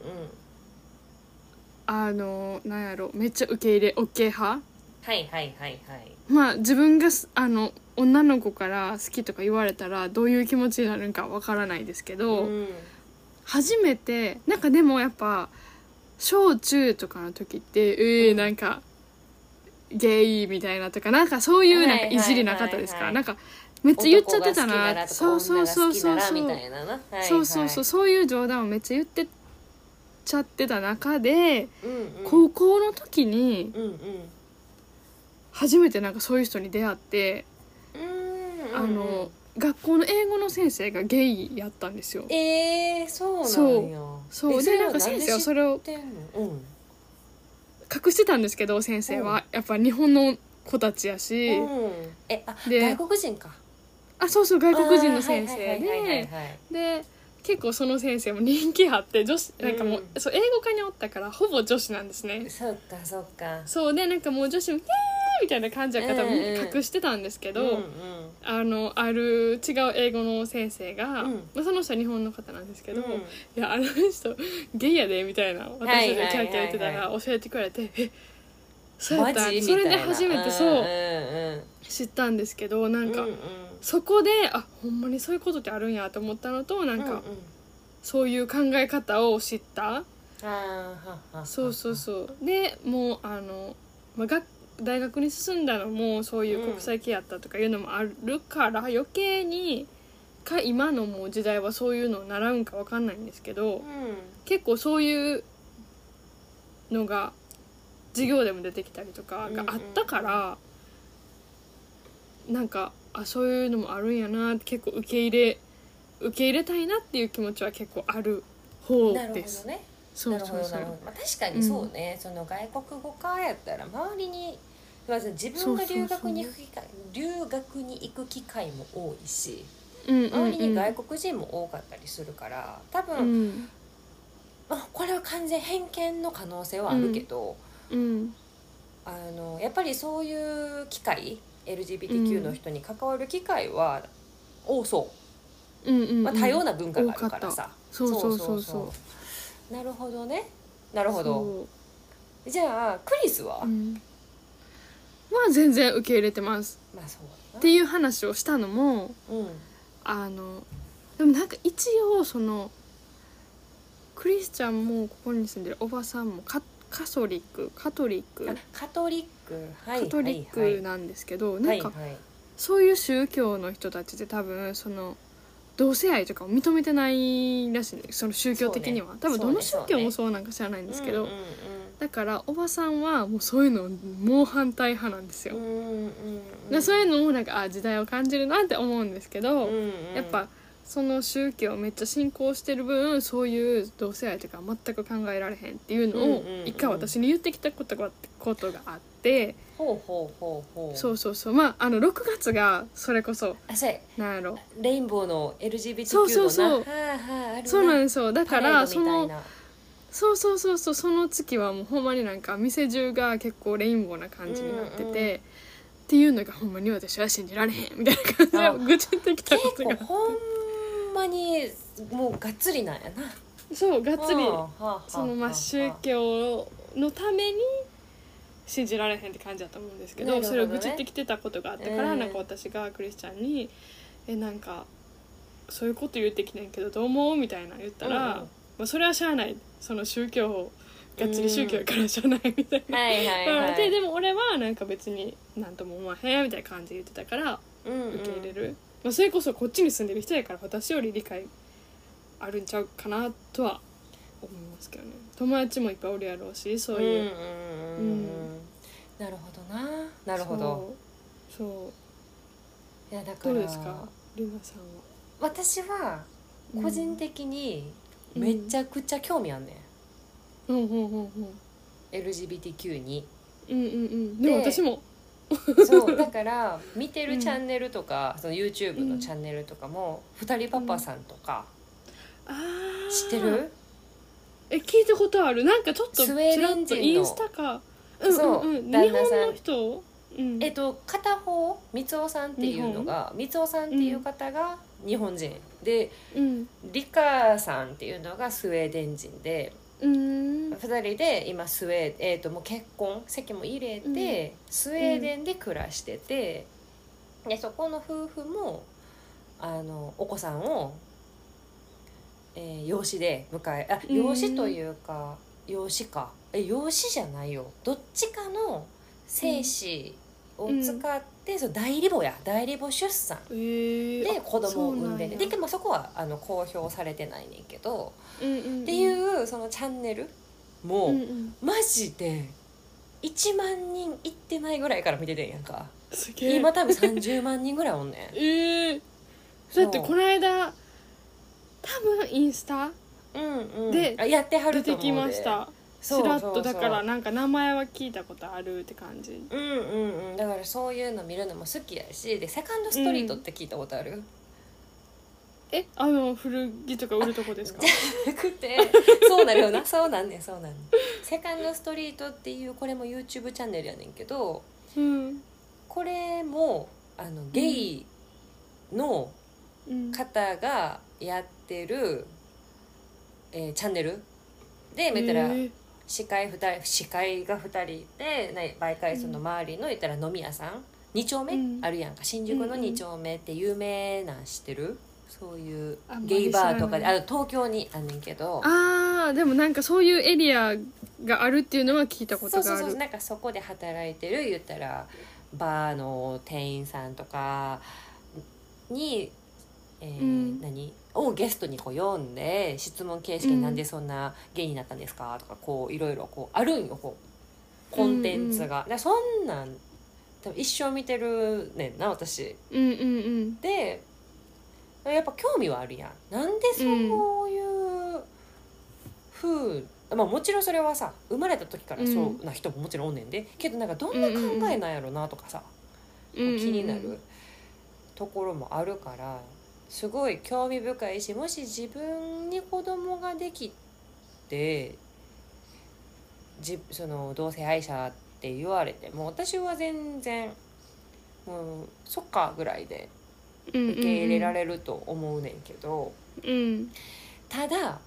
[SPEAKER 1] あのなんやろめっちゃ受け入れ OK 派
[SPEAKER 3] はいはいはいはい
[SPEAKER 1] まあ自分がすあの女の子から好きとか言われたらどういう気持ちになるんかわからないですけど、
[SPEAKER 3] うん
[SPEAKER 1] 初めてなんかでもやっぱ小中とかの時ってえー、なんかゲイみたいなとかなんかそういうなんかいじりなかったですか、
[SPEAKER 3] はいはいはい
[SPEAKER 1] な
[SPEAKER 3] はい
[SPEAKER 1] んかめっちゃ言っちゃってた
[SPEAKER 3] 男が好きな
[SPEAKER 1] な
[SPEAKER 3] らとか
[SPEAKER 1] そうそうそうそう
[SPEAKER 3] 女が好き
[SPEAKER 1] そう
[SPEAKER 3] ならみたいなな、はいはい、
[SPEAKER 1] そうそうそうそういう冗談をめっちゃ言ってちゃってた中で、
[SPEAKER 3] うんうん、
[SPEAKER 1] 高校の時に
[SPEAKER 3] うんうん
[SPEAKER 1] 初めてなんかそういう人に出会って、
[SPEAKER 3] うんうんう
[SPEAKER 1] あ
[SPEAKER 3] ん
[SPEAKER 1] の学校の英語の先生がゲイやったんですよ。
[SPEAKER 3] えー、そうなんや
[SPEAKER 1] そう
[SPEAKER 3] え
[SPEAKER 1] で
[SPEAKER 3] れ
[SPEAKER 1] な
[SPEAKER 3] は
[SPEAKER 1] んか先生はそ
[SPEAKER 3] れ
[SPEAKER 1] れを
[SPEAKER 3] 知ってんのうん
[SPEAKER 1] 隠してたんですけど先生
[SPEAKER 3] うん
[SPEAKER 1] はやっぱ日本の子たちやし、
[SPEAKER 3] うん、えあ
[SPEAKER 1] で
[SPEAKER 3] 外国人か
[SPEAKER 1] あそうそう外国人の先生
[SPEAKER 3] あーはいはいはい
[SPEAKER 1] で
[SPEAKER 3] はいはい
[SPEAKER 1] で結構その先生も人気あって女子なんかもう、
[SPEAKER 3] うん
[SPEAKER 1] そう英語科におったからほぼ女子なんですね
[SPEAKER 3] そっかそっか
[SPEAKER 1] そうでなんかもう女子も「イエーイ!」みたいな感じやから多分
[SPEAKER 3] うんうん
[SPEAKER 1] 隠してたんですけど、
[SPEAKER 3] うんうん
[SPEAKER 1] あのある違う英語の先生が、
[SPEAKER 3] うん
[SPEAKER 1] まあ、その人は日本の方なんですけど、
[SPEAKER 3] うん
[SPEAKER 1] いやあの人ゲイやでみたいな私たちがキャーキャー言ってた
[SPEAKER 3] はいはい
[SPEAKER 1] ら教えてくれて「えそうや
[SPEAKER 3] マ
[SPEAKER 1] った
[SPEAKER 3] ジ
[SPEAKER 1] それ
[SPEAKER 3] みた
[SPEAKER 1] で
[SPEAKER 3] いな
[SPEAKER 1] 初めてそう、
[SPEAKER 3] んうん
[SPEAKER 1] 知ったんですけどな
[SPEAKER 3] うん
[SPEAKER 1] んか、
[SPEAKER 3] うん
[SPEAKER 1] そこであほんまにそういうことってあるんやと思ったのとなんか、
[SPEAKER 3] うんうん
[SPEAKER 1] そういう考え方を知った
[SPEAKER 3] あーはっはっは
[SPEAKER 1] そうそうそうでもうあの、まあ、学大学に進んだのもそういう国際系やったとかいうのもあるから、余計にか今のもう時代はそういうのを習うんかわかんないんですけど
[SPEAKER 3] う
[SPEAKER 1] 結構そういうのが授業でも出てきたりとかがあったから、なんかあそういうのもあるんやなって結構受け入れ受け入れたいなっていう気持ちは結構ある方
[SPEAKER 3] んなるほ
[SPEAKER 1] です。
[SPEAKER 3] どね
[SPEAKER 1] そ
[SPEAKER 3] な
[SPEAKER 1] う
[SPEAKER 3] るほ
[SPEAKER 1] そう
[SPEAKER 3] ど
[SPEAKER 1] そ
[SPEAKER 3] なるほ
[SPEAKER 1] う
[SPEAKER 3] ど、まあ、確かにそうね、その外国語科やったら周りにまず自分が留学に行く機会留学に行く機会も多いし
[SPEAKER 1] うんうんうん
[SPEAKER 3] 周りに外国人も多かったりするから多分、
[SPEAKER 1] うん
[SPEAKER 3] まあ、これは完全偏見の可能性はあるけど、
[SPEAKER 1] うん
[SPEAKER 3] あのやっぱりそういう機会 LGBTQ の人に関わる機会は多そ
[SPEAKER 1] うんうんう
[SPEAKER 3] う、
[SPEAKER 1] ん
[SPEAKER 3] まあ、多様な文化があるか
[SPEAKER 1] 多
[SPEAKER 3] ら
[SPEAKER 1] か
[SPEAKER 3] さ、
[SPEAKER 1] そうそうそうそう
[SPEAKER 3] うなるほどねなるほどじゃあクリスは、
[SPEAKER 1] そううんまあ全然受け入れてます
[SPEAKER 3] まあそう
[SPEAKER 1] っ
[SPEAKER 3] だ
[SPEAKER 1] ていう話をしたのも
[SPEAKER 3] なうん
[SPEAKER 1] あのでもなんか一応そのクリスチャンもここに住んでるおばさんもカカトリックカトリック
[SPEAKER 3] あカトリックはい
[SPEAKER 1] カトリッ
[SPEAKER 3] はい
[SPEAKER 1] クなんですけど、
[SPEAKER 3] はい
[SPEAKER 1] なんか
[SPEAKER 3] はいはい
[SPEAKER 1] そういう宗教の人たちって多分その同性愛とかを認めてないらしいんですその宗教的には、
[SPEAKER 3] そうね
[SPEAKER 1] 多分どの
[SPEAKER 3] そう
[SPEAKER 1] 宗
[SPEAKER 3] ね
[SPEAKER 1] 教もそうなんか知らないんですけど、
[SPEAKER 3] うんうん
[SPEAKER 1] だからおばさんはもうそういうの猛反対派なんですよ、
[SPEAKER 3] うんうんうん
[SPEAKER 1] でそういうのもなんかあ時代を感じるなって思うんですけど、
[SPEAKER 3] うんうん
[SPEAKER 1] やっぱその宗教をめっちゃ信仰してる分そういう同性愛とか全く考えられへんっていうの
[SPEAKER 3] う
[SPEAKER 1] を
[SPEAKER 3] んうんうん
[SPEAKER 1] 一回私に言ってきたことがことがあって、
[SPEAKER 3] ほうほうほうほう
[SPEAKER 1] そうそうそうまああの6月がそれこそ
[SPEAKER 3] あそうや
[SPEAKER 1] なんやろ
[SPEAKER 3] レインボーの LGBTQ
[SPEAKER 1] そ
[SPEAKER 3] のな
[SPEAKER 1] うそうそう
[SPEAKER 3] はいはいある
[SPEAKER 1] そうなん
[SPEAKER 3] ん
[SPEAKER 1] ですよだからそのそうそうそうそうその月はもうほんまになんか店中が結構レインボーな感じになってて、
[SPEAKER 3] うんうん
[SPEAKER 1] っていうのがほんまに私は信じられへんみたいな感じで
[SPEAKER 3] あ
[SPEAKER 1] 愚痴ってきたこと
[SPEAKER 3] 結構
[SPEAKER 1] が
[SPEAKER 3] ほんまにもうがっつりなんやな
[SPEAKER 1] そうがっつり
[SPEAKER 3] うんはあはあ
[SPEAKER 1] そのまあ宗教のために信じられへんって感じだと思うんですけど
[SPEAKER 3] なるほ
[SPEAKER 1] そ
[SPEAKER 3] ど
[SPEAKER 1] れ
[SPEAKER 3] ね
[SPEAKER 1] を愚痴ってきてたことがあったから、
[SPEAKER 3] うん
[SPEAKER 1] なんか私がクリスチャンに「えなんかそういうこと言ってきてんけどどう思う?」みたいな言ったら、
[SPEAKER 3] うんうん
[SPEAKER 1] まあ、それはしゃあないその宗教をがっつり宗教やからしゃあないみたいな。
[SPEAKER 3] はいはい
[SPEAKER 1] うん
[SPEAKER 3] はい
[SPEAKER 1] ででも俺はなんか別に何とも思わへんみたいな感じで言ってたから
[SPEAKER 3] うんうん
[SPEAKER 1] 受け入れる、まあ、それこそこっちに住んでる人やから私より理解あるんちゃうかなとは思いますけどね友達もいっぱいおるやろうしそういう、
[SPEAKER 3] うんうんうんうんなるほどななるほど
[SPEAKER 1] そうそう
[SPEAKER 3] いやだか
[SPEAKER 1] ど
[SPEAKER 3] ら
[SPEAKER 1] うですかりなさんは
[SPEAKER 3] 私は個人的に
[SPEAKER 1] うん
[SPEAKER 3] めちゃくちゃ興味あんねん、
[SPEAKER 1] うんうんうんうん
[SPEAKER 3] LGBTQ に
[SPEAKER 1] うんうんうんでも
[SPEAKER 3] で
[SPEAKER 1] 私も
[SPEAKER 3] そうだから見て
[SPEAKER 1] う
[SPEAKER 3] る
[SPEAKER 1] ん
[SPEAKER 3] チャンネルとか、その YouTube
[SPEAKER 1] う
[SPEAKER 3] の
[SPEAKER 1] ん
[SPEAKER 3] チャンネルとかも「二人パパさん」とか、
[SPEAKER 1] あー
[SPEAKER 3] 知ってる
[SPEAKER 1] え聞いたことあるなんかちょっと
[SPEAKER 3] スウェーデン人の
[SPEAKER 1] ちらっとインスタかうん
[SPEAKER 3] そう
[SPEAKER 1] うんうん日
[SPEAKER 3] 旦那さん
[SPEAKER 1] 本の人うん
[SPEAKER 3] えっと片方三夫さんっていうのが三夫さんっていう方が日本人、で
[SPEAKER 1] うん
[SPEAKER 3] リカさんっていうのがスウェーデン人で
[SPEAKER 1] うーんうん
[SPEAKER 3] 2人で今スウェーデン、えー、ともう結婚籍も入れて、スウェーデンで暮らしてて、でそこの夫婦もあのお子さんを、えー養子で迎えあ
[SPEAKER 1] うん
[SPEAKER 3] 養子というか、養子かえ養子じゃないよどっちかの精子を使って、その代理母や代理母出産
[SPEAKER 1] えー、
[SPEAKER 3] で
[SPEAKER 1] あ
[SPEAKER 3] 子供を産ん
[SPEAKER 1] そ
[SPEAKER 3] で
[SPEAKER 1] うな
[SPEAKER 3] る
[SPEAKER 1] や
[SPEAKER 3] ででもそこはあの公表されてないねんけど。
[SPEAKER 1] うんうんうん、
[SPEAKER 3] っていうそのチャンネルも、
[SPEAKER 1] うんうん、
[SPEAKER 3] マジで1万人いってないぐらいから見ててんやんか
[SPEAKER 1] すげえ
[SPEAKER 3] 今多分30万人ぐらいおんねん
[SPEAKER 1] えー、だってこの間多分インスタ
[SPEAKER 3] うんうん
[SPEAKER 1] で
[SPEAKER 3] あやっては
[SPEAKER 1] 出
[SPEAKER 3] ると
[SPEAKER 1] て
[SPEAKER 3] 思う
[SPEAKER 1] き
[SPEAKER 3] で
[SPEAKER 1] ました
[SPEAKER 3] そ
[SPEAKER 1] ち
[SPEAKER 3] うそ
[SPEAKER 1] ら
[SPEAKER 3] う
[SPEAKER 1] っ
[SPEAKER 3] そう
[SPEAKER 1] とだからなんか名前は聞いたことあるって感じ
[SPEAKER 3] うんうんうんだからそういうの見るのも好きやしでセカンドストリートって聞いたことある、
[SPEAKER 1] えあの古着とか売るとこですか
[SPEAKER 3] じなくて そうなるよなそうなんねんそうなんねんセカンドストリートっていうこれも YouTube チャンネルやねんけど
[SPEAKER 1] うん
[SPEAKER 3] これもあのゲイの、
[SPEAKER 1] うん
[SPEAKER 3] 方がやってる、えーチャンネルで見たら
[SPEAKER 1] えー
[SPEAKER 3] 司会2人司会が2人いてな毎回その周りの言ったら飲み屋さん2丁目、
[SPEAKER 1] うん
[SPEAKER 3] あるやんか新宿
[SPEAKER 1] うん
[SPEAKER 3] の
[SPEAKER 1] うん
[SPEAKER 3] 2丁目って有名なん知ってるそういう
[SPEAKER 1] あんまり
[SPEAKER 3] ゲイバーとかで
[SPEAKER 1] 知ら
[SPEAKER 3] あ
[SPEAKER 1] な
[SPEAKER 3] の東京にあんねんけど
[SPEAKER 1] あーでもなんかそういうエリアがあるっていうのは聞いた
[SPEAKER 3] そ
[SPEAKER 1] こ
[SPEAKER 3] う
[SPEAKER 1] と
[SPEAKER 3] そ
[SPEAKER 1] が
[SPEAKER 3] う
[SPEAKER 1] あ
[SPEAKER 3] そう
[SPEAKER 1] る
[SPEAKER 3] なんかそこで働いてる言ったらバーの店員さんとかに、えー
[SPEAKER 1] うん
[SPEAKER 3] 何をゲストにこう読んで質問形式
[SPEAKER 1] う
[SPEAKER 3] に
[SPEAKER 1] ん
[SPEAKER 3] なんでそんなゲイになったんですかとかこういろいろこうあるんよこうコンテンツが。だからそんなん多分一生見てるねんな私。
[SPEAKER 1] うんうんうん
[SPEAKER 3] でやっぱ興味はあるやんなんでそういう風、まあもちろんそれはさ生まれた時からそうな人ももちろんおんねんで、けどなんかどんな考えなんやろなとかさ、
[SPEAKER 1] うんうんうん
[SPEAKER 3] 気になるところもあるからすごい興味深いしもし自分に子供ができてじその同性愛者って言われても私は全然もうそっかぐらいで
[SPEAKER 1] 受
[SPEAKER 3] 受け入れられると思うねんけど、
[SPEAKER 1] うん
[SPEAKER 3] ただ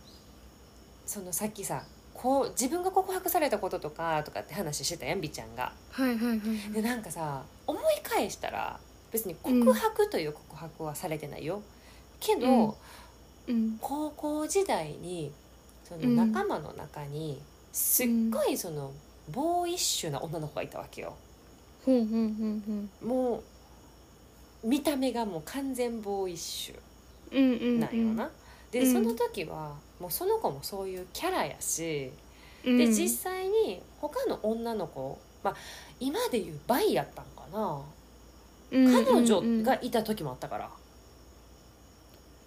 [SPEAKER 3] そのさっきさこう自分が告白されたこととかとかって話してたやん美ちゃんが。
[SPEAKER 1] はいはいはいはい
[SPEAKER 3] でなんかさ思い返したら別に告白という告白はされてないよ。けど、
[SPEAKER 1] うんうん
[SPEAKER 3] 高校時代にその
[SPEAKER 1] うん
[SPEAKER 3] 仲間の中にすっごいそのボーイッシュな女の子がいたわけよ。
[SPEAKER 1] ほんほんほんほん
[SPEAKER 3] もう見た目がもう完全ボーイッシュ。
[SPEAKER 1] うんうんうん
[SPEAKER 3] なんよな。で、
[SPEAKER 1] うん
[SPEAKER 3] その時はもうその子もそういうキャラやし、
[SPEAKER 1] うん
[SPEAKER 3] で実際に他の女の子、まあ、今でいうバイやったんかな、彼女がいた時もあったから、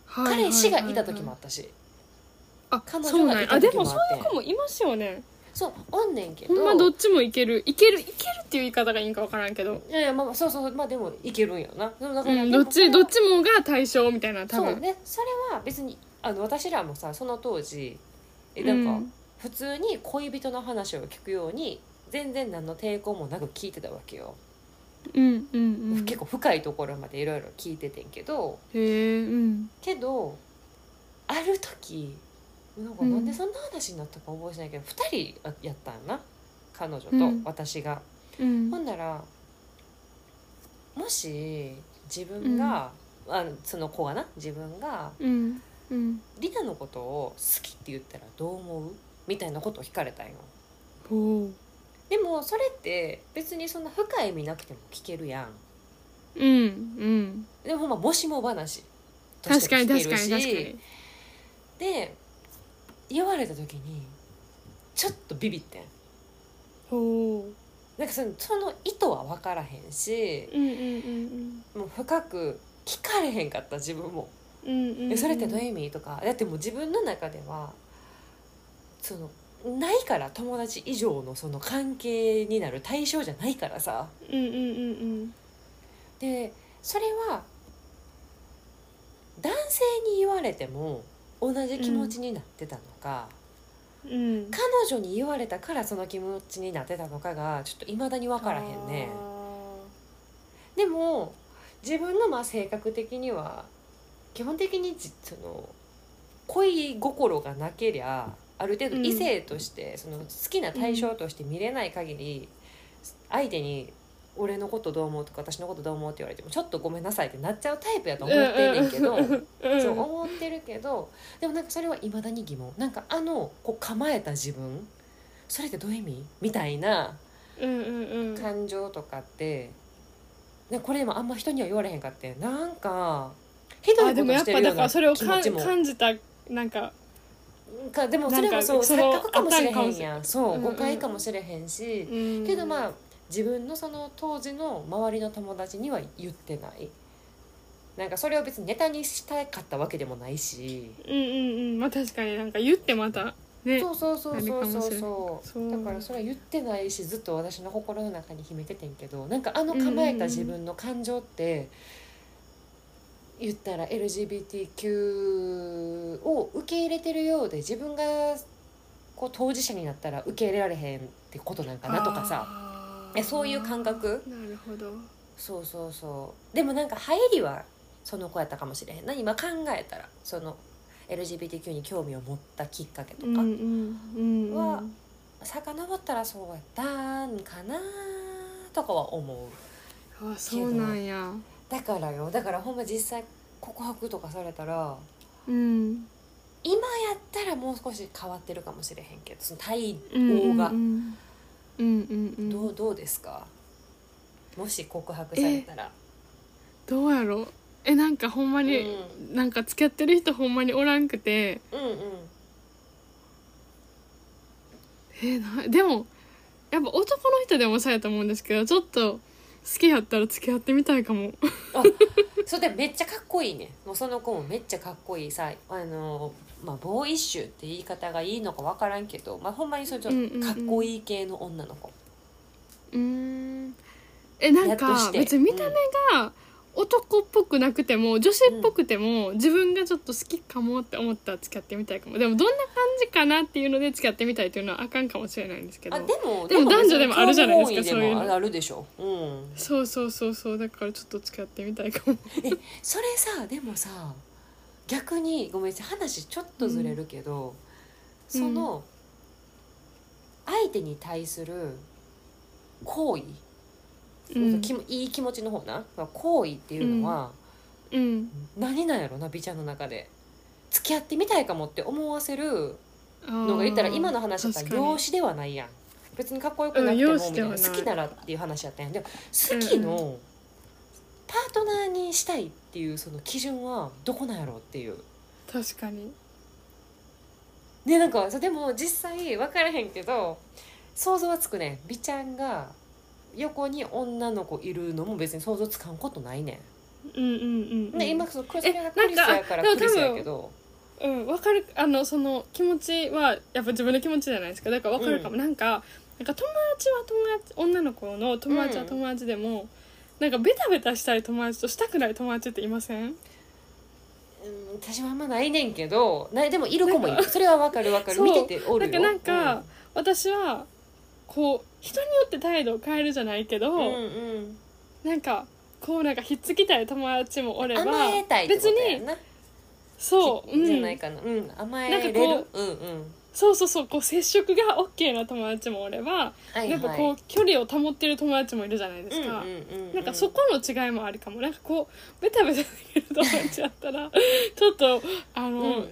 [SPEAKER 3] 彼氏がいた時もあったし、
[SPEAKER 1] あ
[SPEAKER 3] 彼
[SPEAKER 1] そう
[SPEAKER 3] 女
[SPEAKER 1] な
[SPEAKER 3] が
[SPEAKER 1] んや
[SPEAKER 3] い
[SPEAKER 1] あ
[SPEAKER 3] た
[SPEAKER 1] で
[SPEAKER 3] 時も
[SPEAKER 1] も
[SPEAKER 3] あ
[SPEAKER 1] そう
[SPEAKER 3] って
[SPEAKER 1] いう子もいますよね
[SPEAKER 3] そうおんねんけ
[SPEAKER 1] ほ
[SPEAKER 3] ど
[SPEAKER 1] んまどっちもいけるいけるいけるっていう言い方がいいんか分からんけど
[SPEAKER 3] いやいやまあそうそうまあでもいけるんやなでもだ
[SPEAKER 1] う
[SPEAKER 3] から、
[SPEAKER 1] ん
[SPEAKER 3] で
[SPEAKER 1] ど
[SPEAKER 3] も
[SPEAKER 1] っちどっちもが対象みたいな多
[SPEAKER 3] そう
[SPEAKER 1] 分
[SPEAKER 3] ねそれは別にあの私らもさその当時えなんか、普通に恋人の話を聞くように全然何の抵抗もなく聞いてたわけよ、
[SPEAKER 1] うんうんうんうん
[SPEAKER 3] 結構深いところまでいろいろ聞いててんけど
[SPEAKER 1] へえうん
[SPEAKER 3] けどある時なんか
[SPEAKER 1] うん
[SPEAKER 3] なんでそんな話になったか覚えてないけど、2人やったんやな彼女と
[SPEAKER 1] うん
[SPEAKER 3] 私が、
[SPEAKER 1] うん
[SPEAKER 3] ほんならもし自分が、あのその子がな自分が
[SPEAKER 1] うんうん
[SPEAKER 3] リナのことを好きって言ったらどう思うみたいなことを聞かれたんよ
[SPEAKER 1] ほ
[SPEAKER 3] でもそれって別にそんな深い意味なくても聞けるやん
[SPEAKER 1] ううんうん
[SPEAKER 3] でもほんまもしも話と
[SPEAKER 1] 確
[SPEAKER 3] して
[SPEAKER 1] か
[SPEAKER 3] も
[SPEAKER 1] に
[SPEAKER 3] 聞け
[SPEAKER 1] 確
[SPEAKER 3] る
[SPEAKER 1] かに
[SPEAKER 3] し
[SPEAKER 1] 確かに
[SPEAKER 3] で言われた時にちょっとビビってん
[SPEAKER 1] ほう
[SPEAKER 3] なんかそのその意図は分からへんし
[SPEAKER 1] うんうんうん
[SPEAKER 3] もう深く聞かれへんかった自分も
[SPEAKER 1] うんうんうんう
[SPEAKER 3] え
[SPEAKER 1] ん
[SPEAKER 3] それってどういう意味とかだってもう自分の中ではそのないから友達以上のその関係になる対象じゃないからさ
[SPEAKER 1] うんうんうん
[SPEAKER 3] でそれは男性に言われても同じ気持ちになってたのか、
[SPEAKER 1] うんうん
[SPEAKER 3] 彼女に言われたからその気持ちになってたのかがちょっといまだに分からへんね
[SPEAKER 1] あ
[SPEAKER 3] でも自分のまあ性格的には基本的にじその恋心がなけりゃある程度
[SPEAKER 1] うん
[SPEAKER 3] 異性として、その好きな対象として見れない限り、相手に「俺のことどう思う?」とか「私のことどう思う?」って言われても「ちょっとごめんなさい」ってなっちゃうタイプやと思ってんねんけど。
[SPEAKER 1] うん
[SPEAKER 3] そう思ってるけどでもなんかそれはいまだに疑問なんかあのこう構えた自分それってどういう意味みたいな
[SPEAKER 1] うんうんうん
[SPEAKER 3] 感情とかってなんかこれ今あんま人には言われへんかってなんかひど
[SPEAKER 1] あ
[SPEAKER 3] い
[SPEAKER 1] で
[SPEAKER 3] こ
[SPEAKER 1] も
[SPEAKER 3] と
[SPEAKER 1] や
[SPEAKER 3] し
[SPEAKER 1] ってぱ
[SPEAKER 3] る
[SPEAKER 1] だ
[SPEAKER 3] よう
[SPEAKER 1] から
[SPEAKER 3] な
[SPEAKER 1] それを
[SPEAKER 3] 気
[SPEAKER 1] か
[SPEAKER 3] 持ち
[SPEAKER 1] ん
[SPEAKER 3] も
[SPEAKER 1] 感じたなんか
[SPEAKER 3] かでもそれはそう
[SPEAKER 1] なんか
[SPEAKER 3] 錯覚かもしれへ
[SPEAKER 1] そのあったんかも
[SPEAKER 3] ん
[SPEAKER 1] しれ
[SPEAKER 3] やんそううん
[SPEAKER 1] うんう
[SPEAKER 3] 誤
[SPEAKER 1] ん
[SPEAKER 3] 解かもしれへんし
[SPEAKER 1] け
[SPEAKER 3] けどまあ自分のその当時の周りの友達には言ってないなんかそれを別にネタにしたかったわけでもないし
[SPEAKER 1] うんうんうんまあ確かになんか言ってまたね
[SPEAKER 3] そうそうそうそうそう
[SPEAKER 1] そ
[SPEAKER 3] そう
[SPEAKER 1] う
[SPEAKER 3] だからそれは言ってないしずっと私の心の中に秘めててんけどなんかあの構えた自分の感情って、言ったら LGBTQ を受け入れてるようで自分がこう当事者になったら受け入れられへんってことなんかなとかさ
[SPEAKER 1] さ
[SPEAKER 3] えそういう感覚
[SPEAKER 1] なるほど
[SPEAKER 3] そうそうそうでもなんか入りはその子やったかもしれへんな今考えたらその LGBTQ に興味を持ったきっかけと
[SPEAKER 1] う
[SPEAKER 3] か。
[SPEAKER 1] んうんうんうん
[SPEAKER 3] は遡ったらそうやったんかなとかは思う
[SPEAKER 1] あそうなんや
[SPEAKER 3] だからよだからほんま実際告白とかされたら
[SPEAKER 1] うん
[SPEAKER 3] 今やったらもう少し変わってるかもしれへんけどその対
[SPEAKER 1] うんうんう
[SPEAKER 3] 応
[SPEAKER 1] ん
[SPEAKER 3] が
[SPEAKER 1] うんうんうん
[SPEAKER 3] どうどうですかもし告白されたら
[SPEAKER 1] どうやろうえなんかほんま
[SPEAKER 3] うん
[SPEAKER 1] になんか付き合ってる人ほんまにおらんくて
[SPEAKER 3] うんうん
[SPEAKER 1] えなでもやっぱ男の人でもさやと思うんですけどちょっと好きやったら付き合ってみたいかも
[SPEAKER 3] それでめっちゃかっこいいねもうその子もめっちゃかっこいいさあのまあボーイッシュって言い方がいいのかわからんけどまあほんまにそれちょっとかっこいい系の女の子
[SPEAKER 1] うーんえなん
[SPEAKER 3] やっとし
[SPEAKER 1] か
[SPEAKER 3] て
[SPEAKER 1] 別に見た目が男っぽくなくても女子っぽくても、自分がちょっと好きかもって思ったら付き合ってみたいかもでもどんな感じかなっていうので付き合ってみたいというのはあかんかもしれないんですけど
[SPEAKER 3] あでも
[SPEAKER 1] でも男女でもあるじゃないですか
[SPEAKER 3] 別に
[SPEAKER 1] そういうの
[SPEAKER 3] 興味本位でもあるでしょ、うん、
[SPEAKER 1] そうそうそうそうだからちょっと付き合ってみたいかも
[SPEAKER 3] それさでもさ逆にごめんなさい話ちょっとずれるけど、その相手に対する好意、
[SPEAKER 1] うん
[SPEAKER 3] きもいい気持ちの方な好意っていうのは、
[SPEAKER 1] うん
[SPEAKER 3] 何なんやろな美ちゃんの中で付き合ってみたいかもって思わせる
[SPEAKER 1] の
[SPEAKER 3] のが言ったら今の話だったら容姿ではないやん別にかっこよくなくても
[SPEAKER 1] うん容
[SPEAKER 3] み
[SPEAKER 1] 姿ではない
[SPEAKER 3] たいな好きならっていう話やったんやんでも好きのパートナーにしたいっていうその基準はどこなんやろうっていう
[SPEAKER 1] 確かに
[SPEAKER 3] ねなんかそうでも実際分からへんけど想像はつくねん美ちゃんが横に女の子いるのも別に想像つかんことないね
[SPEAKER 1] うんうんうんうん
[SPEAKER 3] ん、ね今そのクリス
[SPEAKER 1] え
[SPEAKER 3] はクリスやから
[SPEAKER 1] なん
[SPEAKER 3] ク
[SPEAKER 1] かあ
[SPEAKER 3] リスやけど
[SPEAKER 1] うんわかるあのその気持ちはやっぱ自分の気持ちじゃないですかだからわかるかも、
[SPEAKER 3] う
[SPEAKER 1] なんかなんか友達は友達女の子の友達は友達でも、なんかベタベタしたい友達としたくない友達っていません
[SPEAKER 3] うん私はあんまないねんけどないでもいる子もいるそれは分かる分かる
[SPEAKER 1] そう
[SPEAKER 3] 見てておる
[SPEAKER 1] だ
[SPEAKER 3] よ
[SPEAKER 1] からなんか、
[SPEAKER 3] うん
[SPEAKER 1] 私はこう人によって態度を変えるじゃないけど、
[SPEAKER 3] うんうん、
[SPEAKER 1] なんかこうなんかひっつきたい友達もおれば
[SPEAKER 3] 甘えたいってことやな
[SPEAKER 1] そう、う
[SPEAKER 3] きじゃない
[SPEAKER 1] ん、
[SPEAKER 3] かな、うん、甘
[SPEAKER 1] なん
[SPEAKER 3] え
[SPEAKER 1] か
[SPEAKER 3] れ
[SPEAKER 1] こ
[SPEAKER 3] るうんうん
[SPEAKER 1] そうそうそうこう接触が OK な友達もおれば、
[SPEAKER 3] はいはい
[SPEAKER 1] やっぱこう距離を保ってる友達もいるじゃないですか。
[SPEAKER 3] うんうんうんうん、
[SPEAKER 1] なんかそこの違いもあるかもなんかこうベタベタできる友達やったらちょっとあの、
[SPEAKER 3] うん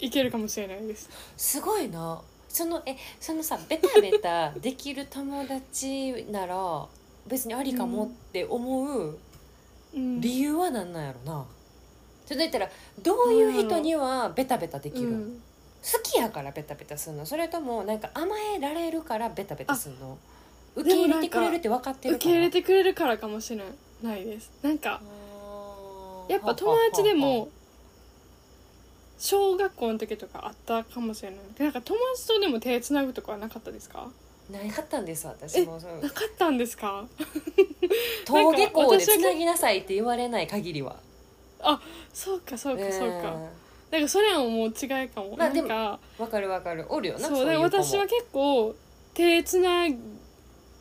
[SPEAKER 1] いけるかもしれないです
[SPEAKER 3] すごいなそのえそのさベタベタできる友達なら別にありかもって思う
[SPEAKER 1] うん
[SPEAKER 3] 理由は何なんやろな、それで言ったらどういう人にはベタベタできる、
[SPEAKER 1] うん
[SPEAKER 3] 好きやからベタベタするのそれともなんか甘えられるからベタベタするの受け入れてくれるって分かってる
[SPEAKER 1] 受
[SPEAKER 3] から
[SPEAKER 1] け入れてくれるからかもしれないですなんか
[SPEAKER 3] あー
[SPEAKER 1] やっぱ友達でも小学校の時とかあったかもしれないなんか友達とでも手つなぐとかはなかったですか
[SPEAKER 3] なかったんです私もそう
[SPEAKER 1] なかったんですか
[SPEAKER 3] 登下校で
[SPEAKER 1] 私は
[SPEAKER 3] つなぎなさいって言われない限りは
[SPEAKER 1] そうかそうかそうか
[SPEAKER 3] ん
[SPEAKER 1] なんかそれはもう違いかも、
[SPEAKER 3] まあ
[SPEAKER 1] なん
[SPEAKER 3] で
[SPEAKER 1] か
[SPEAKER 3] わかるわかるおるよな
[SPEAKER 1] そう
[SPEAKER 3] い
[SPEAKER 1] で
[SPEAKER 3] 子も
[SPEAKER 1] 私は結構手つな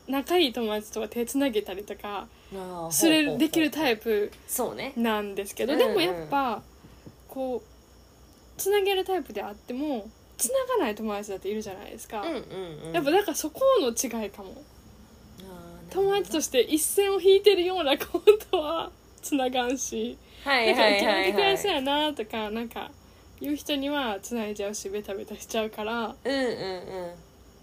[SPEAKER 1] 仲いい友達とは手つなげたりとか
[SPEAKER 3] ああ
[SPEAKER 1] す
[SPEAKER 3] ほうほうほ
[SPEAKER 1] る
[SPEAKER 3] う
[SPEAKER 1] できるタイプ
[SPEAKER 3] そうね
[SPEAKER 1] なんですけど
[SPEAKER 3] うん
[SPEAKER 1] でもやっぱこうつなげるタイプであってもつながない友達だっているじゃないですか、
[SPEAKER 3] うんうんうん
[SPEAKER 1] やっぱ
[SPEAKER 3] あ
[SPEAKER 1] なんかそこの違いかも
[SPEAKER 3] ーなるほど
[SPEAKER 1] 友達として一線を引いてるようなことは つながんし
[SPEAKER 3] は
[SPEAKER 1] な
[SPEAKER 3] い
[SPEAKER 1] ん
[SPEAKER 3] は
[SPEAKER 1] か
[SPEAKER 3] い
[SPEAKER 1] 受け
[SPEAKER 3] は
[SPEAKER 1] 入れ
[SPEAKER 3] い
[SPEAKER 1] てく
[SPEAKER 3] は
[SPEAKER 1] れ
[SPEAKER 3] い
[SPEAKER 1] そうやなとかなんか言う人にはつないじゃうしベタベタしちゃうから
[SPEAKER 3] うんうんうん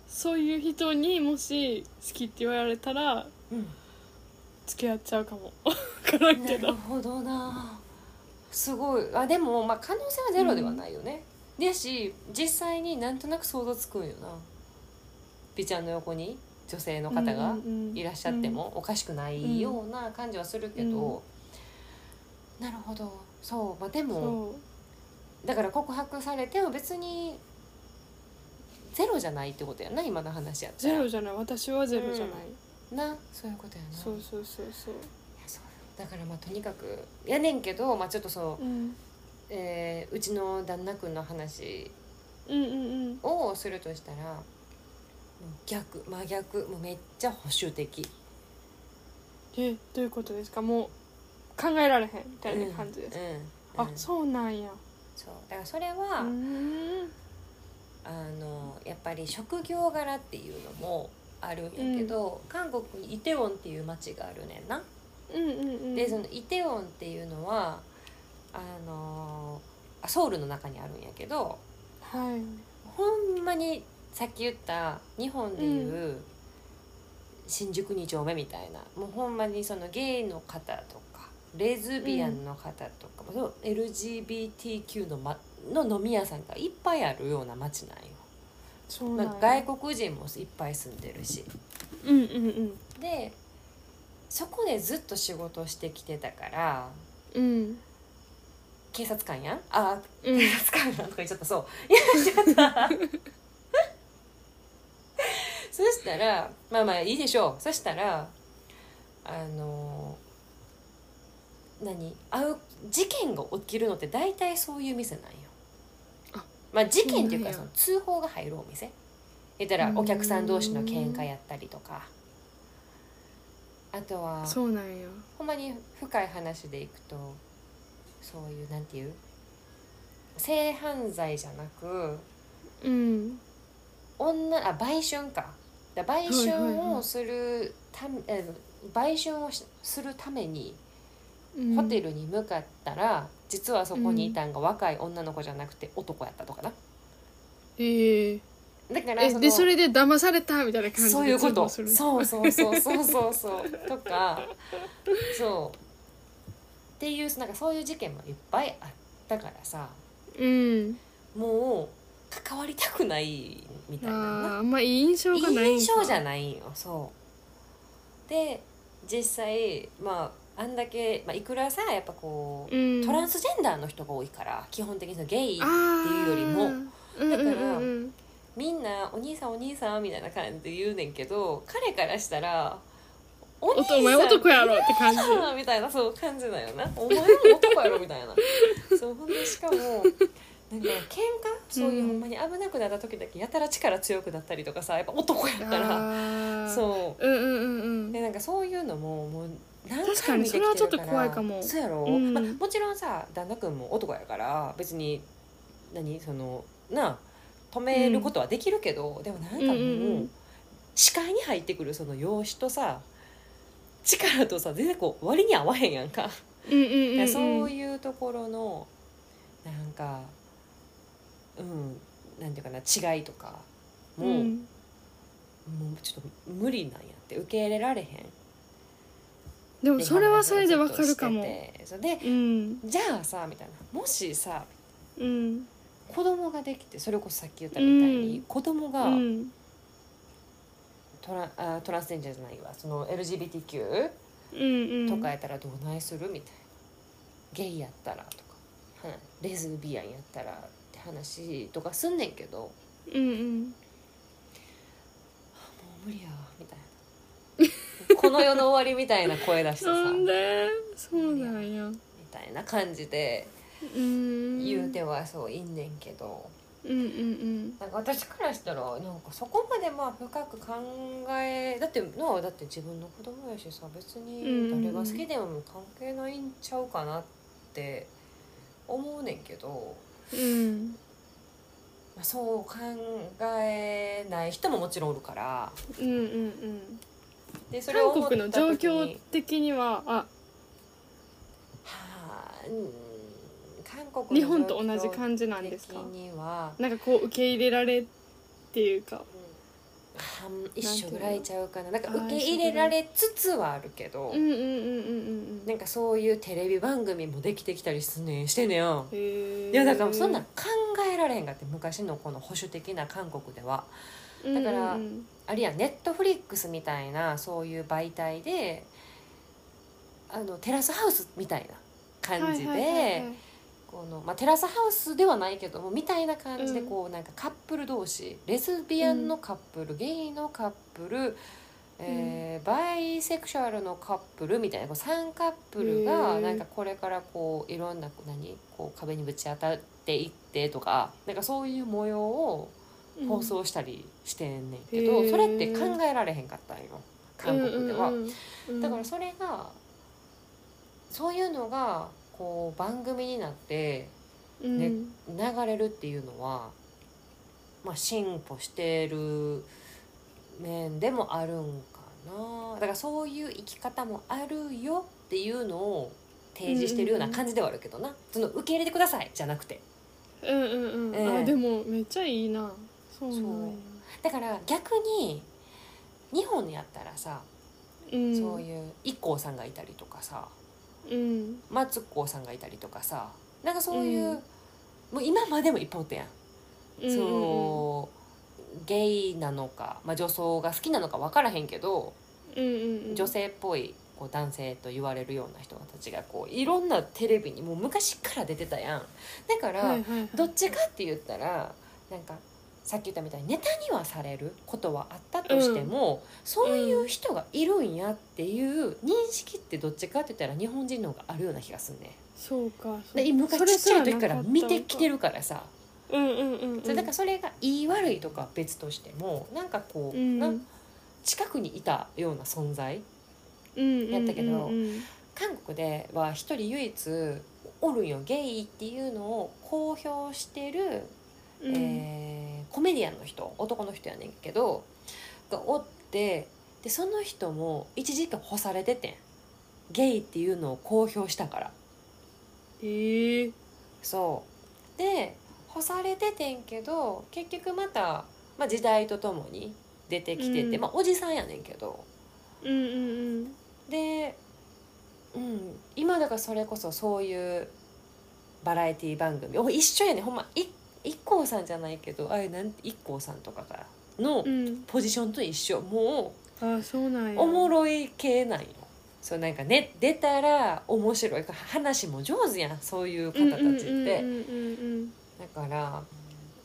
[SPEAKER 1] そういう人にもし好きって言われたら
[SPEAKER 3] うん
[SPEAKER 1] 付き合っちゃうかもわからんけ
[SPEAKER 3] な
[SPEAKER 1] ど
[SPEAKER 3] るほどなすごいあでも、まあ、可能性はゼロではないよね、だし実際になんとなく想像つくんよな美ちゃんの横に女性の方がいらっしゃってもおかしくないような感じはするけど、なるほどそう、まあ、で
[SPEAKER 1] うん
[SPEAKER 3] も
[SPEAKER 1] そ
[SPEAKER 3] だから告白されても別にゼロじゃないってことやな今の話やっ
[SPEAKER 1] う
[SPEAKER 3] た
[SPEAKER 1] ゼ
[SPEAKER 3] ら
[SPEAKER 1] ロじゃない私はゼロじゃない、
[SPEAKER 3] なそういうことやな
[SPEAKER 1] そうそうそうそう
[SPEAKER 3] いやそうだからまあとにかくやねんけど、まあ、ちょっとそう
[SPEAKER 1] うん
[SPEAKER 3] えーうちの旦那君の話
[SPEAKER 1] うんうんうん
[SPEAKER 3] をするとしたらもう逆真逆もうめっちゃ保守的
[SPEAKER 1] えどういうことですかもう考えられへんみたいな感じです、
[SPEAKER 3] うんうん
[SPEAKER 1] あそうなんや
[SPEAKER 3] そうだからそれ
[SPEAKER 1] う
[SPEAKER 3] は、
[SPEAKER 1] ん
[SPEAKER 3] あのやっぱり職業柄っていうのもあるんやけど、韓国にイテウォンっていう街があるねんな。
[SPEAKER 1] うんうんうん
[SPEAKER 3] でそのイテウォンっていうのはあのあソウルの中にあるんやけど
[SPEAKER 1] はい
[SPEAKER 3] ほんまにさっき言った日本でいう新宿2丁目みたいな、もうほんまにそのゲイの方とかレズビアンの方とか、そう LGBTQ の,、ま、の飲み屋さんがいっぱいあるような街なんよ、
[SPEAKER 1] そうな
[SPEAKER 3] ま
[SPEAKER 1] んや
[SPEAKER 3] あ、外国人もいっぱい住んでるし
[SPEAKER 1] うんうんうん
[SPEAKER 3] でそこでずっと仕事をしてきてたから
[SPEAKER 1] うん
[SPEAKER 3] 警察官やんあ
[SPEAKER 1] うん
[SPEAKER 3] 警察官なんとか言っちゃったそういやちゃったそしたらまあまあいいでしょうそしたらあの何会う事件が起きるのって大体そういう店なんよ
[SPEAKER 1] あ
[SPEAKER 3] まあ事件っていうか
[SPEAKER 1] そなんや
[SPEAKER 3] そうの通報が入るお店言ったらお客さん同士の喧嘩やったりとか あとは
[SPEAKER 1] そうなんや
[SPEAKER 3] ほんまに深い話でいくとそういうなんていう性犯罪じゃなく
[SPEAKER 1] うん
[SPEAKER 3] 女あ売春かだ
[SPEAKER 1] は
[SPEAKER 3] 売
[SPEAKER 1] いはい
[SPEAKER 3] 春
[SPEAKER 1] は
[SPEAKER 3] を
[SPEAKER 1] い
[SPEAKER 3] するため、え売春をしするためにホテルに向かったら、実はそこにいたんが若い女の子じゃなくて男やったとかな
[SPEAKER 1] ええ
[SPEAKER 3] だから
[SPEAKER 1] え
[SPEAKER 3] その
[SPEAKER 1] でそれで騙されたみたいな感じで
[SPEAKER 3] そういうこ
[SPEAKER 1] 通報
[SPEAKER 3] と
[SPEAKER 1] す
[SPEAKER 3] そ
[SPEAKER 1] る
[SPEAKER 3] う
[SPEAKER 1] の
[SPEAKER 3] そうそうそうそうそうとかそうっていうなんかそういう事件もいっぱいあったからさ
[SPEAKER 1] うん
[SPEAKER 3] もう関わりたくないみたい
[SPEAKER 1] あー
[SPEAKER 3] な
[SPEAKER 1] あんまいい印象がない
[SPEAKER 3] い印象じゃ
[SPEAKER 1] い
[SPEAKER 3] ないんよそうで実際まああんだけ、まあ、いくらさやっぱこう、
[SPEAKER 1] うん
[SPEAKER 3] トランスジェンダーの人が多いから基本的にそのゲイ
[SPEAKER 1] あー
[SPEAKER 3] っていうよりも
[SPEAKER 1] うんうんうん
[SPEAKER 3] みんな「お兄さんお兄さん」みたいな感じで言うねんけど彼からしたら「お
[SPEAKER 1] うん
[SPEAKER 3] 兄さん
[SPEAKER 1] お前男やろって感 じ
[SPEAKER 3] あーみたいなそう感じだ よなお前も男やろみたいなそうほんでしかもなんか喧嘩そういう
[SPEAKER 1] うん
[SPEAKER 3] ほんまに危なくなった時だけやたら力強くなったりとかさやっぱ男やから
[SPEAKER 1] あー
[SPEAKER 3] そう
[SPEAKER 1] うんうんうんう
[SPEAKER 3] で
[SPEAKER 1] ん
[SPEAKER 3] なんかそういうのももう何
[SPEAKER 1] 確か
[SPEAKER 3] 回も
[SPEAKER 1] に
[SPEAKER 3] 見てきてる
[SPEAKER 1] それはちょっと怖いかも
[SPEAKER 3] そうやろ、
[SPEAKER 1] うん
[SPEAKER 3] まあ、もちろんさ旦那君も男やから別に何そのなあ止めることはできるけど、でもなんかも
[SPEAKER 1] う
[SPEAKER 3] う、
[SPEAKER 1] んうんうん
[SPEAKER 3] 視界に入ってくるその容姿とさ力とさ全然こう割に合わへんやんか。
[SPEAKER 1] うんうんうん
[SPEAKER 3] いやそう
[SPEAKER 1] い
[SPEAKER 3] いうところのなんかうんなんていうかな違いとかも,、
[SPEAKER 1] うん
[SPEAKER 3] もうちょっと無理なんやって受け入れられへん
[SPEAKER 1] でもそれはそれでわかるか
[SPEAKER 3] っ
[SPEAKER 1] も
[SPEAKER 3] て話をずっとしてて
[SPEAKER 1] うん
[SPEAKER 3] そうでじゃあさみたいなもしさ
[SPEAKER 1] うん
[SPEAKER 3] 子供ができてそれこそさっき言ったみたいに、
[SPEAKER 1] うん
[SPEAKER 3] 子供
[SPEAKER 1] う
[SPEAKER 3] が
[SPEAKER 1] ん
[SPEAKER 3] トラ,、あトランスジェンダーじゃないわその LGBTQ
[SPEAKER 1] うんうん
[SPEAKER 3] とかやったらどうないするみたいなゲイやったらとかはレズビアンやったらって話とかすんねんけど。
[SPEAKER 1] うんうん
[SPEAKER 3] もう無理やわみた いなこの世の終わりみたいな声出してさ
[SPEAKER 1] なん
[SPEAKER 3] み
[SPEAKER 1] でそうなんや
[SPEAKER 3] たいな感じで
[SPEAKER 1] うん
[SPEAKER 3] 言うてはそういんねんけど、
[SPEAKER 1] うんうん
[SPEAKER 3] なんか私からしたらなんかそこまでまあ深く考えだってのはだって自分の子供やしさ別に誰が好きでも関係ないんちゃうかなって思うねんけど
[SPEAKER 1] うんうん
[SPEAKER 3] まあ、そう考えない人ももちろんおるから
[SPEAKER 1] うんうんうん
[SPEAKER 3] でそれを
[SPEAKER 1] 韓
[SPEAKER 3] 思った
[SPEAKER 1] 国
[SPEAKER 3] 時
[SPEAKER 1] の
[SPEAKER 3] に
[SPEAKER 1] 状況的にはあ
[SPEAKER 3] はあうん韓国
[SPEAKER 1] 日本と同じ感じなんですか
[SPEAKER 3] 状況的には、
[SPEAKER 1] なんかこう受け入れられっていうか
[SPEAKER 3] 半一緒ぐらいちゃうかななんか受け入れられつつはあるけど、
[SPEAKER 1] うんうんうんうんうんう
[SPEAKER 3] なんんかそういうテレビ番組もできてきたりすんねんしてんねん
[SPEAKER 1] へー
[SPEAKER 3] いやだからそんなん考えられへんがって昔のこの保守的な韓国ではだから
[SPEAKER 1] うんうん
[SPEAKER 3] あるいはネットフリックスみたいなそういう媒体であのテラスハウスみたいな感じ
[SPEAKER 1] はいはいはい
[SPEAKER 3] で
[SPEAKER 1] はい
[SPEAKER 3] このまあテラスハウスではないけどもみたいな感じで
[SPEAKER 1] うん
[SPEAKER 3] こうなんかカップル同士レズビアンのカップル、ゲイのカップル、えーバイセクシュアルのカップルみたいなこう3カップル
[SPEAKER 1] へ
[SPEAKER 3] が
[SPEAKER 1] ー
[SPEAKER 3] なんかこれからこういろんな何こう壁にぶち当たっていってとかなんかそういう模様を
[SPEAKER 1] うん
[SPEAKER 3] 放送したりしてんねんけど、
[SPEAKER 1] へー
[SPEAKER 3] それって考えられへんかったんよ韓国では。
[SPEAKER 1] うんうんうん
[SPEAKER 3] だからそれがそういうのがこう番組になって
[SPEAKER 1] うん
[SPEAKER 3] ね流れるっていうのは、まあ、進歩してる面でもあるんかなだからそういう生き方もあるよっていうのを提示してるような感じではあるけどな、その受け入れてくださいじゃなくて
[SPEAKER 1] うんうんうん、
[SPEAKER 3] ええ
[SPEAKER 1] あでもめっちゃいいなそうなんや
[SPEAKER 3] だから逆に日本にやったらさ、
[SPEAKER 1] うん、
[SPEAKER 3] そういう IKKO さんがいたりとかさ
[SPEAKER 1] うん
[SPEAKER 3] マツコさんがいたりとかさなんかそういう、
[SPEAKER 1] うん
[SPEAKER 3] もう今までもいっぱいおったやん
[SPEAKER 1] うんうん
[SPEAKER 3] そうゲイなのか、まあ、女装が好きなのか分からへんけど、
[SPEAKER 1] うんうん
[SPEAKER 3] 女性っぽいこう男性と言われるような人たちがこういろんなテレビにもう昔から出てたやんだから、
[SPEAKER 1] はいはいはい
[SPEAKER 3] どっちかって言ったらなんかさっき言ったみたいにネタにはされることはあったとしても、そういう人がいるんやっていう認識ってどっちかって言ったら日本人の方があるような気がすんね
[SPEAKER 1] そうかそう
[SPEAKER 3] で昔
[SPEAKER 1] それ
[SPEAKER 3] ちっ
[SPEAKER 1] す
[SPEAKER 3] ちゃ
[SPEAKER 1] ら
[SPEAKER 3] い時から見てきて
[SPEAKER 1] なか
[SPEAKER 3] るからさ
[SPEAKER 1] ったのかうんうんうん
[SPEAKER 3] それだからそれがいい悪いとかは別としてもなんかこう、
[SPEAKER 1] うん
[SPEAKER 3] な近くにいたような存在
[SPEAKER 1] うん
[SPEAKER 3] やったけど
[SPEAKER 1] うんうん
[SPEAKER 3] 韓国では一人唯一おるんよゲイっていうのを公表してる、
[SPEAKER 1] うん
[SPEAKER 3] えーコメディアンの人男の人やねんけどがおってでその人も一時期干されててんゲイっていうのを公表したから。
[SPEAKER 1] へえ
[SPEAKER 3] そうで干されててんけど結局また、まあ、時代とともに出てきてて、
[SPEAKER 1] うん
[SPEAKER 3] まあ、おじさんやねんけど
[SPEAKER 1] うんうん
[SPEAKER 3] で、うん、今だからそれこそそういうバラエティ番組お一緒やねんほんまい一 k さんじゃないけどあれなん一 k さんとかからの
[SPEAKER 1] うんうん
[SPEAKER 3] ポジションと一緒も
[SPEAKER 1] あそうなん
[SPEAKER 3] う
[SPEAKER 1] や
[SPEAKER 3] おもろい系なんよ。そうなんかね出たら面白い話も上手やんそういう方たちって。
[SPEAKER 1] うんうんうん
[SPEAKER 3] だから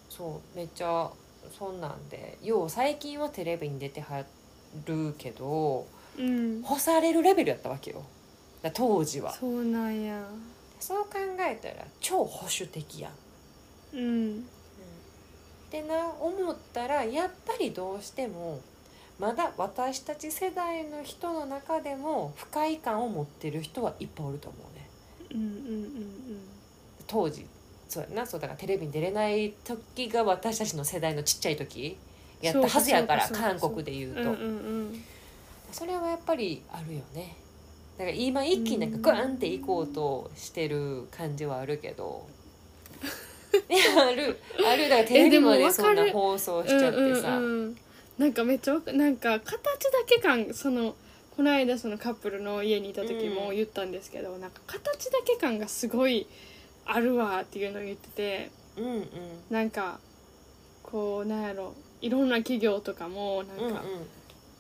[SPEAKER 3] そうめっちゃそんなんでよう最近はテレビに出てはるけど
[SPEAKER 1] うんうんうん
[SPEAKER 3] 干されるレベルやったわけよだ当時は
[SPEAKER 1] そうなんや
[SPEAKER 3] そう考えたら超保守的やん。
[SPEAKER 1] うん
[SPEAKER 3] ってな思ったらやっぱりどうしてもまだ私たち世代の人の中でも不快感を持ってる人はいっぱいおると思うね
[SPEAKER 1] うんうん
[SPEAKER 3] 当時そうやなそうだからテレビに出れない時が私たちの世代のちっちゃい時やったはずやから
[SPEAKER 1] そうかそうかそう
[SPEAKER 3] 韓
[SPEAKER 1] か
[SPEAKER 3] 国で言
[SPEAKER 1] う
[SPEAKER 3] う
[SPEAKER 1] ん
[SPEAKER 3] と、
[SPEAKER 1] うんうんうん
[SPEAKER 3] それはやっぱりあるよねだから今一気になんかグワンっていこうとしてる感じはあるけどいや あるあるだからテレビま
[SPEAKER 1] えでも
[SPEAKER 3] で
[SPEAKER 1] わか
[SPEAKER 3] そ
[SPEAKER 1] る
[SPEAKER 3] んな放送しちゃってさ、
[SPEAKER 1] うんうんうん、なんかめっちゃわかなんか形だけ感そのこの間そのカップルの家にいた時も
[SPEAKER 3] うん
[SPEAKER 1] 言ったんですけど、なんか形だけ感がすごいあるわっていうのを言ってて
[SPEAKER 3] うんうん
[SPEAKER 1] なんかこうなんやろいろんな企業とかもなんか、
[SPEAKER 3] うんうん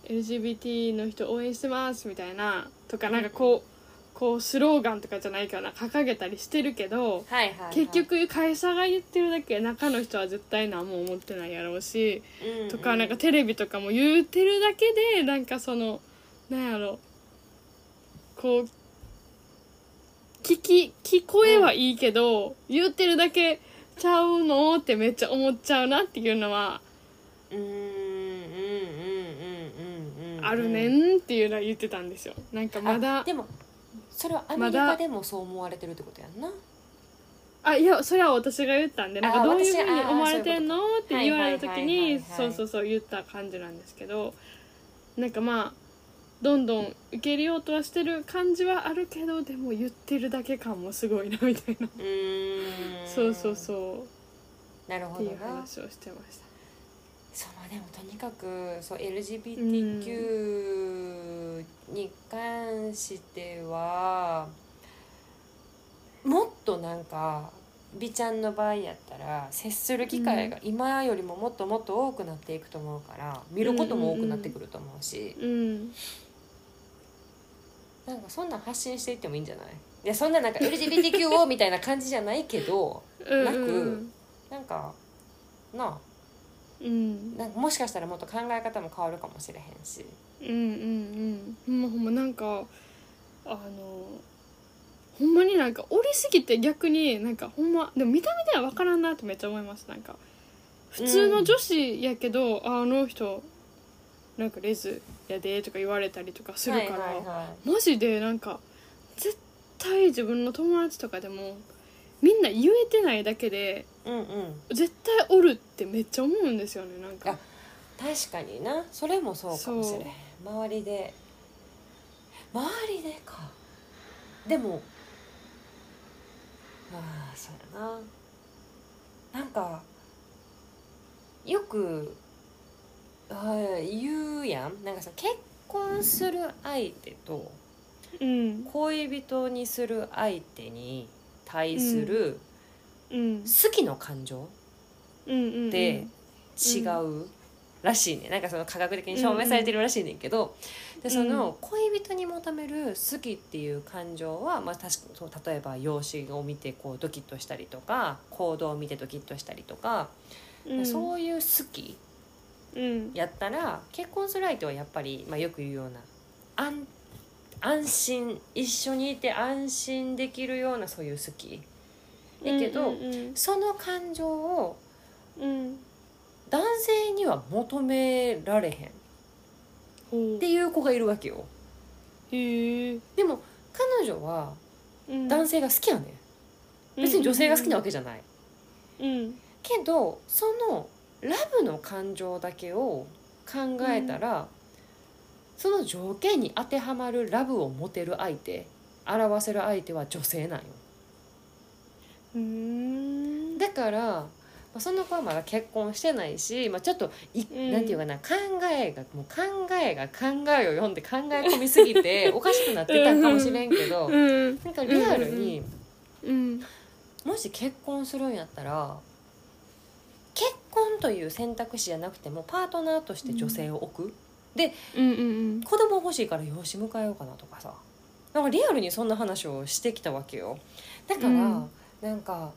[SPEAKER 1] LGBT の人応援してますみたいなとかなんかこうこうスローガンとかじゃないから掲げたりしてるけど
[SPEAKER 3] はいはい、はい、
[SPEAKER 1] 結、局会社が言ってるだけ中の人は絶対何も思ってないやろうし
[SPEAKER 3] うんうん
[SPEAKER 1] とかなんかテレビとかも言うてるだけでなんかそのなんやろこう聞き聞こえはいいけど、言うてるだけちゃうのってめっちゃ思っちゃうなっていうのは
[SPEAKER 3] うんうんうんうんうんうん
[SPEAKER 1] あるねんっていうのは言ってたんですよなんかまだ
[SPEAKER 3] あでもそれはアメリカでもそう思われてるってことやんな、
[SPEAKER 1] あいやそれは私が言ったんでなんか
[SPEAKER 3] あ
[SPEAKER 1] どういう
[SPEAKER 3] 私
[SPEAKER 1] ふうに
[SPEAKER 3] あー
[SPEAKER 1] 思われてんのって言われた時
[SPEAKER 3] はいはいはいはい
[SPEAKER 1] に
[SPEAKER 3] はい
[SPEAKER 1] そうそうそう言った感じなんですけどなんかまあどんどん受け入れようとはしてる感じはあるけどでも言ってるだけ感もすごいなみたいな
[SPEAKER 3] うーん
[SPEAKER 1] そうそうそう
[SPEAKER 3] なるほ
[SPEAKER 1] って
[SPEAKER 3] ど
[SPEAKER 1] いう
[SPEAKER 3] な
[SPEAKER 1] 話をしてました
[SPEAKER 3] そうまあでもとにかくそう LGBTQ に関しては、もっとなんか美ちゃんの場合やったら接する機会が今よりももっともっと多くなっていくと思うから見ることも多くなってくると思うし、
[SPEAKER 1] うん
[SPEAKER 3] なんかそんなん発信していってもいいんじゃないいやそんななんか LGBTQ をみたいな感じじゃない けど
[SPEAKER 1] うん
[SPEAKER 3] なく
[SPEAKER 1] うん
[SPEAKER 3] なんかなあ
[SPEAKER 1] うん
[SPEAKER 3] なんかもしかしたらもっと考え方も変わるかもしれへんし。
[SPEAKER 1] うんうんうんほんまほんまなんかあのほんまになんかおりすぎて逆になんかほんまでも見た目では分からんなってめっちゃ思いますなんか普通の女子やけど、ああの人なんかレズやでとか言われたりとかするから、
[SPEAKER 3] はいはいはい
[SPEAKER 1] マジでなんか絶対自分の友達とかでもみんな言えてないだけで
[SPEAKER 3] うんうん、
[SPEAKER 1] 絶対おるってめっちゃ思うんですよねなんか
[SPEAKER 3] あ確かになそれもそうかもしれん周りで周りでかでもああそうやななんかよくああ言うやんなんかさ結婚する相手と
[SPEAKER 1] うん
[SPEAKER 3] 恋人にする相手に対する
[SPEAKER 1] うん
[SPEAKER 3] 好きの感情、
[SPEAKER 1] うんうん
[SPEAKER 3] で違うらしいね、なんかその科学的に証明されてるらしいねんけど、でその恋人に求める好きっていう感情は、まあ、確かそう例えば容姿を見てこうドキッとしたりとか行動を見てドキッとしたりとか、
[SPEAKER 1] うんうん、
[SPEAKER 3] そういう好き
[SPEAKER 1] うん
[SPEAKER 3] やったら結婚する相手はやっぱり、まあ、よく言うような安安心一緒にいて安心できるようなそういう好きだけど、
[SPEAKER 1] うん
[SPEAKER 3] その感情を
[SPEAKER 1] うん
[SPEAKER 3] 男性には求められへん
[SPEAKER 1] うん
[SPEAKER 3] っていう子がいるわけよ
[SPEAKER 1] へえ
[SPEAKER 3] でも彼女は男性が好きやねん別に女性が好きなわけじゃない
[SPEAKER 1] うん
[SPEAKER 3] けどそのラブの感情だけを考えたら、その条件に当てはまるラブを持てる相手表せる相手は女性なんよ
[SPEAKER 1] うん
[SPEAKER 3] だから、まあ、その子はまだ結婚してないし、まあ、ちょっとい、
[SPEAKER 1] うん
[SPEAKER 3] なんていうかな考えがもう考えが考えを読んで考え込みすぎておかしくなってたんかもしれんけど、
[SPEAKER 1] うん
[SPEAKER 3] なんかリアルに、
[SPEAKER 1] うん
[SPEAKER 3] もし結婚するんやったら結婚という選択肢じゃなくてもパートナーとして女性を置く、
[SPEAKER 1] うんうん
[SPEAKER 3] 子供欲しいから養子迎えようかなとかさなんかリアルにそんな話をしてきたわけよだから、
[SPEAKER 1] うん
[SPEAKER 3] なんか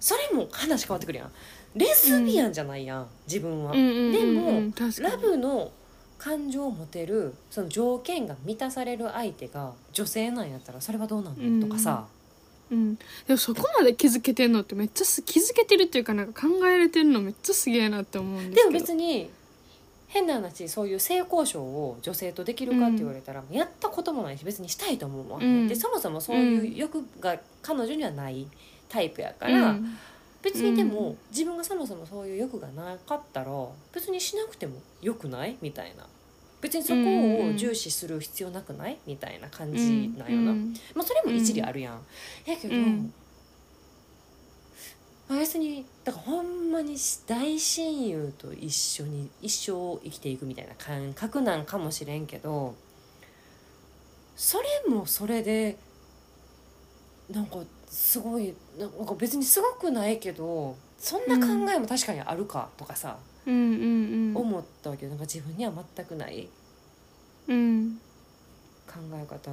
[SPEAKER 3] それも話変わってくるやんレズビアンじゃないやん、自分は、
[SPEAKER 1] うんうん
[SPEAKER 3] でも
[SPEAKER 1] うん確かに
[SPEAKER 3] ラブの感情を持てるその条件が満たされる相手が女性なんやったらそれはどうなんの、とかさ
[SPEAKER 1] うんでもそこまで気づけてんのってめっちゃす気づけてるっていうかなんか考えれてるのめっちゃすげえなって思うんです
[SPEAKER 3] で
[SPEAKER 1] け
[SPEAKER 3] も
[SPEAKER 1] ど
[SPEAKER 3] 別に変な話そういう性交渉を女性とできるかって言われたら、やったこともないし別にしたいと思うもん、
[SPEAKER 1] うん
[SPEAKER 3] でそもそもそういう欲が彼女にはないタイプやから、
[SPEAKER 1] うん
[SPEAKER 3] 別にで
[SPEAKER 1] う
[SPEAKER 3] も、
[SPEAKER 1] ん
[SPEAKER 3] 自分がそもそもそういう欲がなかったら別にしなくてもよくないみたいな別にそこを重視する必要なくないみたいな感じなんよな、
[SPEAKER 1] うん
[SPEAKER 3] まあ、それも一理あるやん、やけど、
[SPEAKER 1] うん
[SPEAKER 3] まあ別にだからほんまに大親友と一緒に一生生きていくみたいな感覚なんかもしれんけどそれもそれでなんかすごいなんか別にすごくないけどそんな考えも確かにあるかとかさ、
[SPEAKER 1] うんうんうん
[SPEAKER 3] 思ったわけよなんか自分には全くない
[SPEAKER 1] うん
[SPEAKER 3] 考え方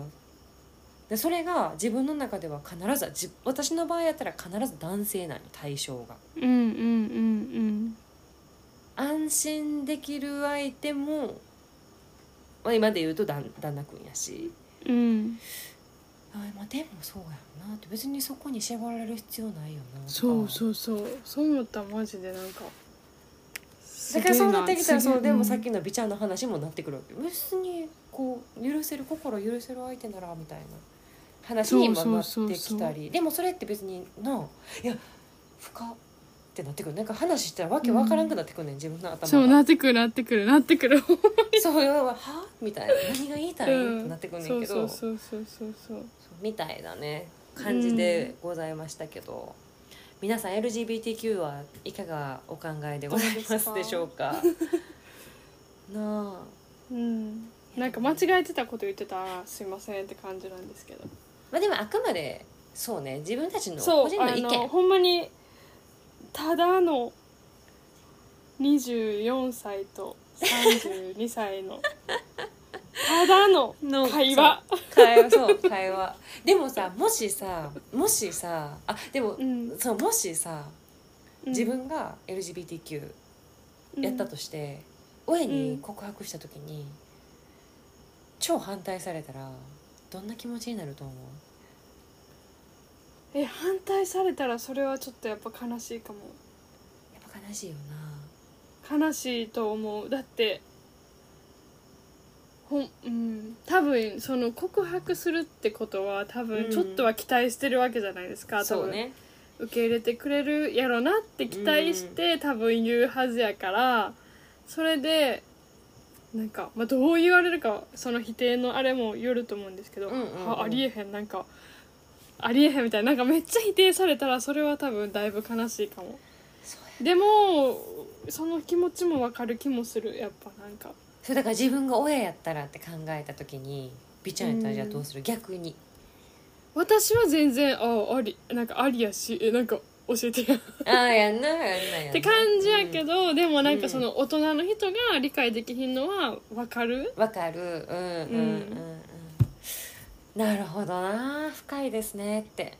[SPEAKER 3] でそれが自分の中では必ずじ私の場合やったら必ず男性なの対象が
[SPEAKER 1] うんうんうん
[SPEAKER 3] 安心できる相手も、まあ、今で言うと旦旦那君やし
[SPEAKER 1] うんうん
[SPEAKER 3] あまあでもそうやんなって別にそこに縛られる必要ないよなとか
[SPEAKER 1] そうそうそうそう思ったらマジでなんか
[SPEAKER 3] だからそうなってきたら
[SPEAKER 1] すげえ
[SPEAKER 3] そうでもさっ
[SPEAKER 1] うん
[SPEAKER 3] きの美ちゃんの話もなってくるわけ別にこう許せる心許せる相手ならみたいな話にもなっ
[SPEAKER 1] そうそう
[SPEAKER 3] て
[SPEAKER 1] そうそ
[SPEAKER 3] き
[SPEAKER 1] う
[SPEAKER 3] たりでもそれって別にないや深っってなってくるなんか話したらわけわからんくなってくるねん、自分の頭が
[SPEAKER 1] そうなってくるなってくるなってくる
[SPEAKER 3] そう要ははみたいな何が言いたい、ってなってくるねんけど
[SPEAKER 1] そうそうそうそうそう
[SPEAKER 3] みたいなね感じでございましたけど、皆さん LGBTQ はいかがお考えでございますでしょうかな
[SPEAKER 1] そううんなんか間違えてたこと言ってたらすいませんって感じなんですけど
[SPEAKER 3] あまあでもあくまでそうね自分たちの
[SPEAKER 1] そ
[SPEAKER 3] 個
[SPEAKER 1] う
[SPEAKER 3] 人
[SPEAKER 1] あ
[SPEAKER 3] の意
[SPEAKER 1] の
[SPEAKER 3] 見
[SPEAKER 1] ほんまにただの24歳と32歳 のただの
[SPEAKER 3] の
[SPEAKER 1] 会話
[SPEAKER 3] そう会話 そう会話でもさもしさもしさあでも、
[SPEAKER 1] うん
[SPEAKER 3] そうもしさ
[SPEAKER 1] うん
[SPEAKER 3] 自分が LGBTQ やったとして、親に告白した時に、超反対されたらどんな気持ちになると思う
[SPEAKER 1] え反対されたらそれはちょっとやっぱ悲しいかも
[SPEAKER 3] やっぱ悲しいよな
[SPEAKER 1] 悲しいと思うだってほんうん多分その告白するってことは多
[SPEAKER 3] う
[SPEAKER 1] 分
[SPEAKER 3] ん
[SPEAKER 1] ちょっとは期待してるわけじゃないですか、多分、受け入れてくれるやろなって期待して、多分言うはずやからそれでなんか、まあ、どう言われるかその否定のあれもよると思うんですけど、
[SPEAKER 3] うんうんうん
[SPEAKER 1] あありえへんなんかありえへんみたいななんかめっちゃ否定されたらそれは多分だいぶ悲しいかも
[SPEAKER 3] そう
[SPEAKER 1] で
[SPEAKER 3] や
[SPEAKER 1] もその気持ちもわかる気もするやっぱなんか
[SPEAKER 3] それだから自分が親やったらって考えた時に美ちゃんやったらじゃあどうする、逆 に
[SPEAKER 1] 私は全然あありなんかありやしえなんか教えてや
[SPEAKER 3] ああやんなやんなやんな
[SPEAKER 1] って感じやけ
[SPEAKER 3] ど
[SPEAKER 1] ど、でもなんかその大人の人が理解できひんのはわかる
[SPEAKER 3] わ、かるうんうんうんうん、なるほどな深いですねって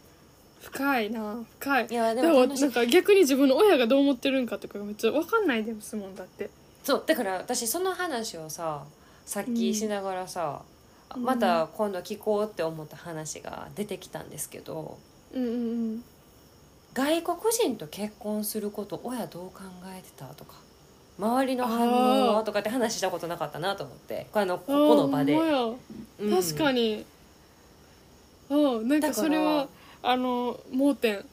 [SPEAKER 1] 深いな深い
[SPEAKER 3] いやで
[SPEAKER 1] で
[SPEAKER 3] も
[SPEAKER 1] も
[SPEAKER 3] 楽しい
[SPEAKER 1] なんか逆に自分の親がどう思ってるんかとかがめっちゃわかんないですもんだって
[SPEAKER 3] そうだから私その話をささっきしながらさ、
[SPEAKER 1] うん
[SPEAKER 3] また今度聞こうって思った話が出てきたんですけど
[SPEAKER 1] うんうん
[SPEAKER 3] 外国人と結婚すること親どう考えてたとか周りの反応は
[SPEAKER 1] あー
[SPEAKER 3] とかって話したことなかったなと思ってこのこ
[SPEAKER 1] うん
[SPEAKER 3] この場で、
[SPEAKER 1] あーほんまや確か
[SPEAKER 3] に
[SPEAKER 1] にうんなんかそれはあの盲点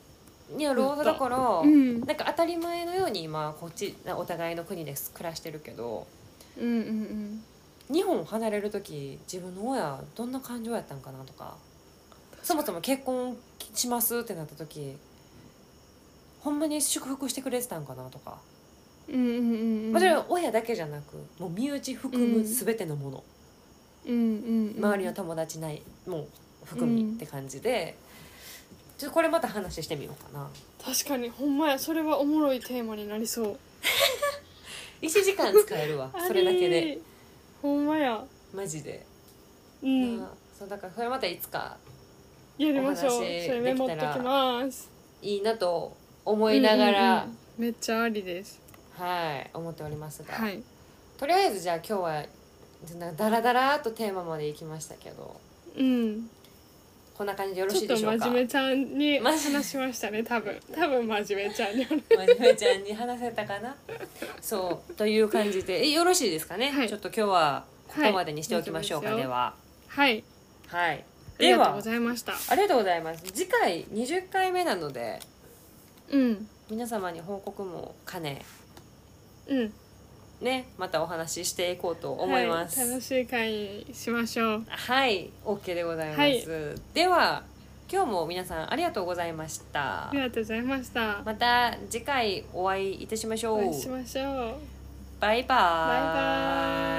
[SPEAKER 3] いやロードだから、
[SPEAKER 1] うん
[SPEAKER 3] なんか当たり前のように今こっちお互いの国で暮らしてるけど
[SPEAKER 1] うんうん
[SPEAKER 3] 日本を離れる時自分の親どんな感情やったんかなとかそもそも結婚しますってなった時ほんまに祝福してくれてたんかなとか、
[SPEAKER 1] うんうんうんうんうん
[SPEAKER 3] まあ、それは親だけじゃなくもう身内含
[SPEAKER 1] う
[SPEAKER 3] む
[SPEAKER 1] ん
[SPEAKER 3] 全てのもの、
[SPEAKER 1] うんうんうん
[SPEAKER 3] 周りの友達ないもう含みって感じで、ちょっとこれまた話してみようかな
[SPEAKER 1] 確かにほんまやそれはおもろいテーマになりそう
[SPEAKER 3] 1時間使えるわそれだけ
[SPEAKER 1] あ
[SPEAKER 3] で
[SPEAKER 1] れほんまや
[SPEAKER 3] マジで、
[SPEAKER 1] うん
[SPEAKER 3] なあそうだからそれまたいつか
[SPEAKER 1] やりましょう
[SPEAKER 3] お
[SPEAKER 1] そ
[SPEAKER 3] 話できたら
[SPEAKER 1] れメモっときます
[SPEAKER 3] いいなと思いながら、
[SPEAKER 1] うんうんうんめっちゃありです
[SPEAKER 3] はい思っておりますが、
[SPEAKER 1] はい
[SPEAKER 3] とりあえずじゃあ今日はなんかダラダラーっとテーマまで行きましたけど
[SPEAKER 1] うん
[SPEAKER 3] こんな感じでよろし
[SPEAKER 1] ち
[SPEAKER 3] い
[SPEAKER 1] ょ
[SPEAKER 3] で
[SPEAKER 1] っと
[SPEAKER 3] しょうか
[SPEAKER 1] 真面目ちゃんに
[SPEAKER 3] まじ
[SPEAKER 1] 話しましたね多分多分真面目ちゃんに
[SPEAKER 3] 真面目ちゃんに話せたかなそうという感じでえよろしいですかね、
[SPEAKER 1] はい
[SPEAKER 3] ちょっと今日はここまでにしておきましょうか、では
[SPEAKER 1] はい
[SPEAKER 3] はい
[SPEAKER 1] あり
[SPEAKER 3] で
[SPEAKER 1] がとう
[SPEAKER 3] は
[SPEAKER 1] ございました
[SPEAKER 3] ありがとうございます次回20回目なので
[SPEAKER 1] うん
[SPEAKER 3] 皆様に報告も兼ね
[SPEAKER 1] うん
[SPEAKER 3] ねまたお話ししていこうと思います、
[SPEAKER 1] はい楽しい会にしましょう
[SPEAKER 3] はい、OK でございます。では、今日も皆さんありがとうございました
[SPEAKER 1] あり。がとうございました
[SPEAKER 3] また次回お会いいたしましょ
[SPEAKER 1] お
[SPEAKER 3] う
[SPEAKER 1] 会い。しましょう
[SPEAKER 3] バイ
[SPEAKER 1] バ
[SPEAKER 3] バイ。
[SPEAKER 1] イバ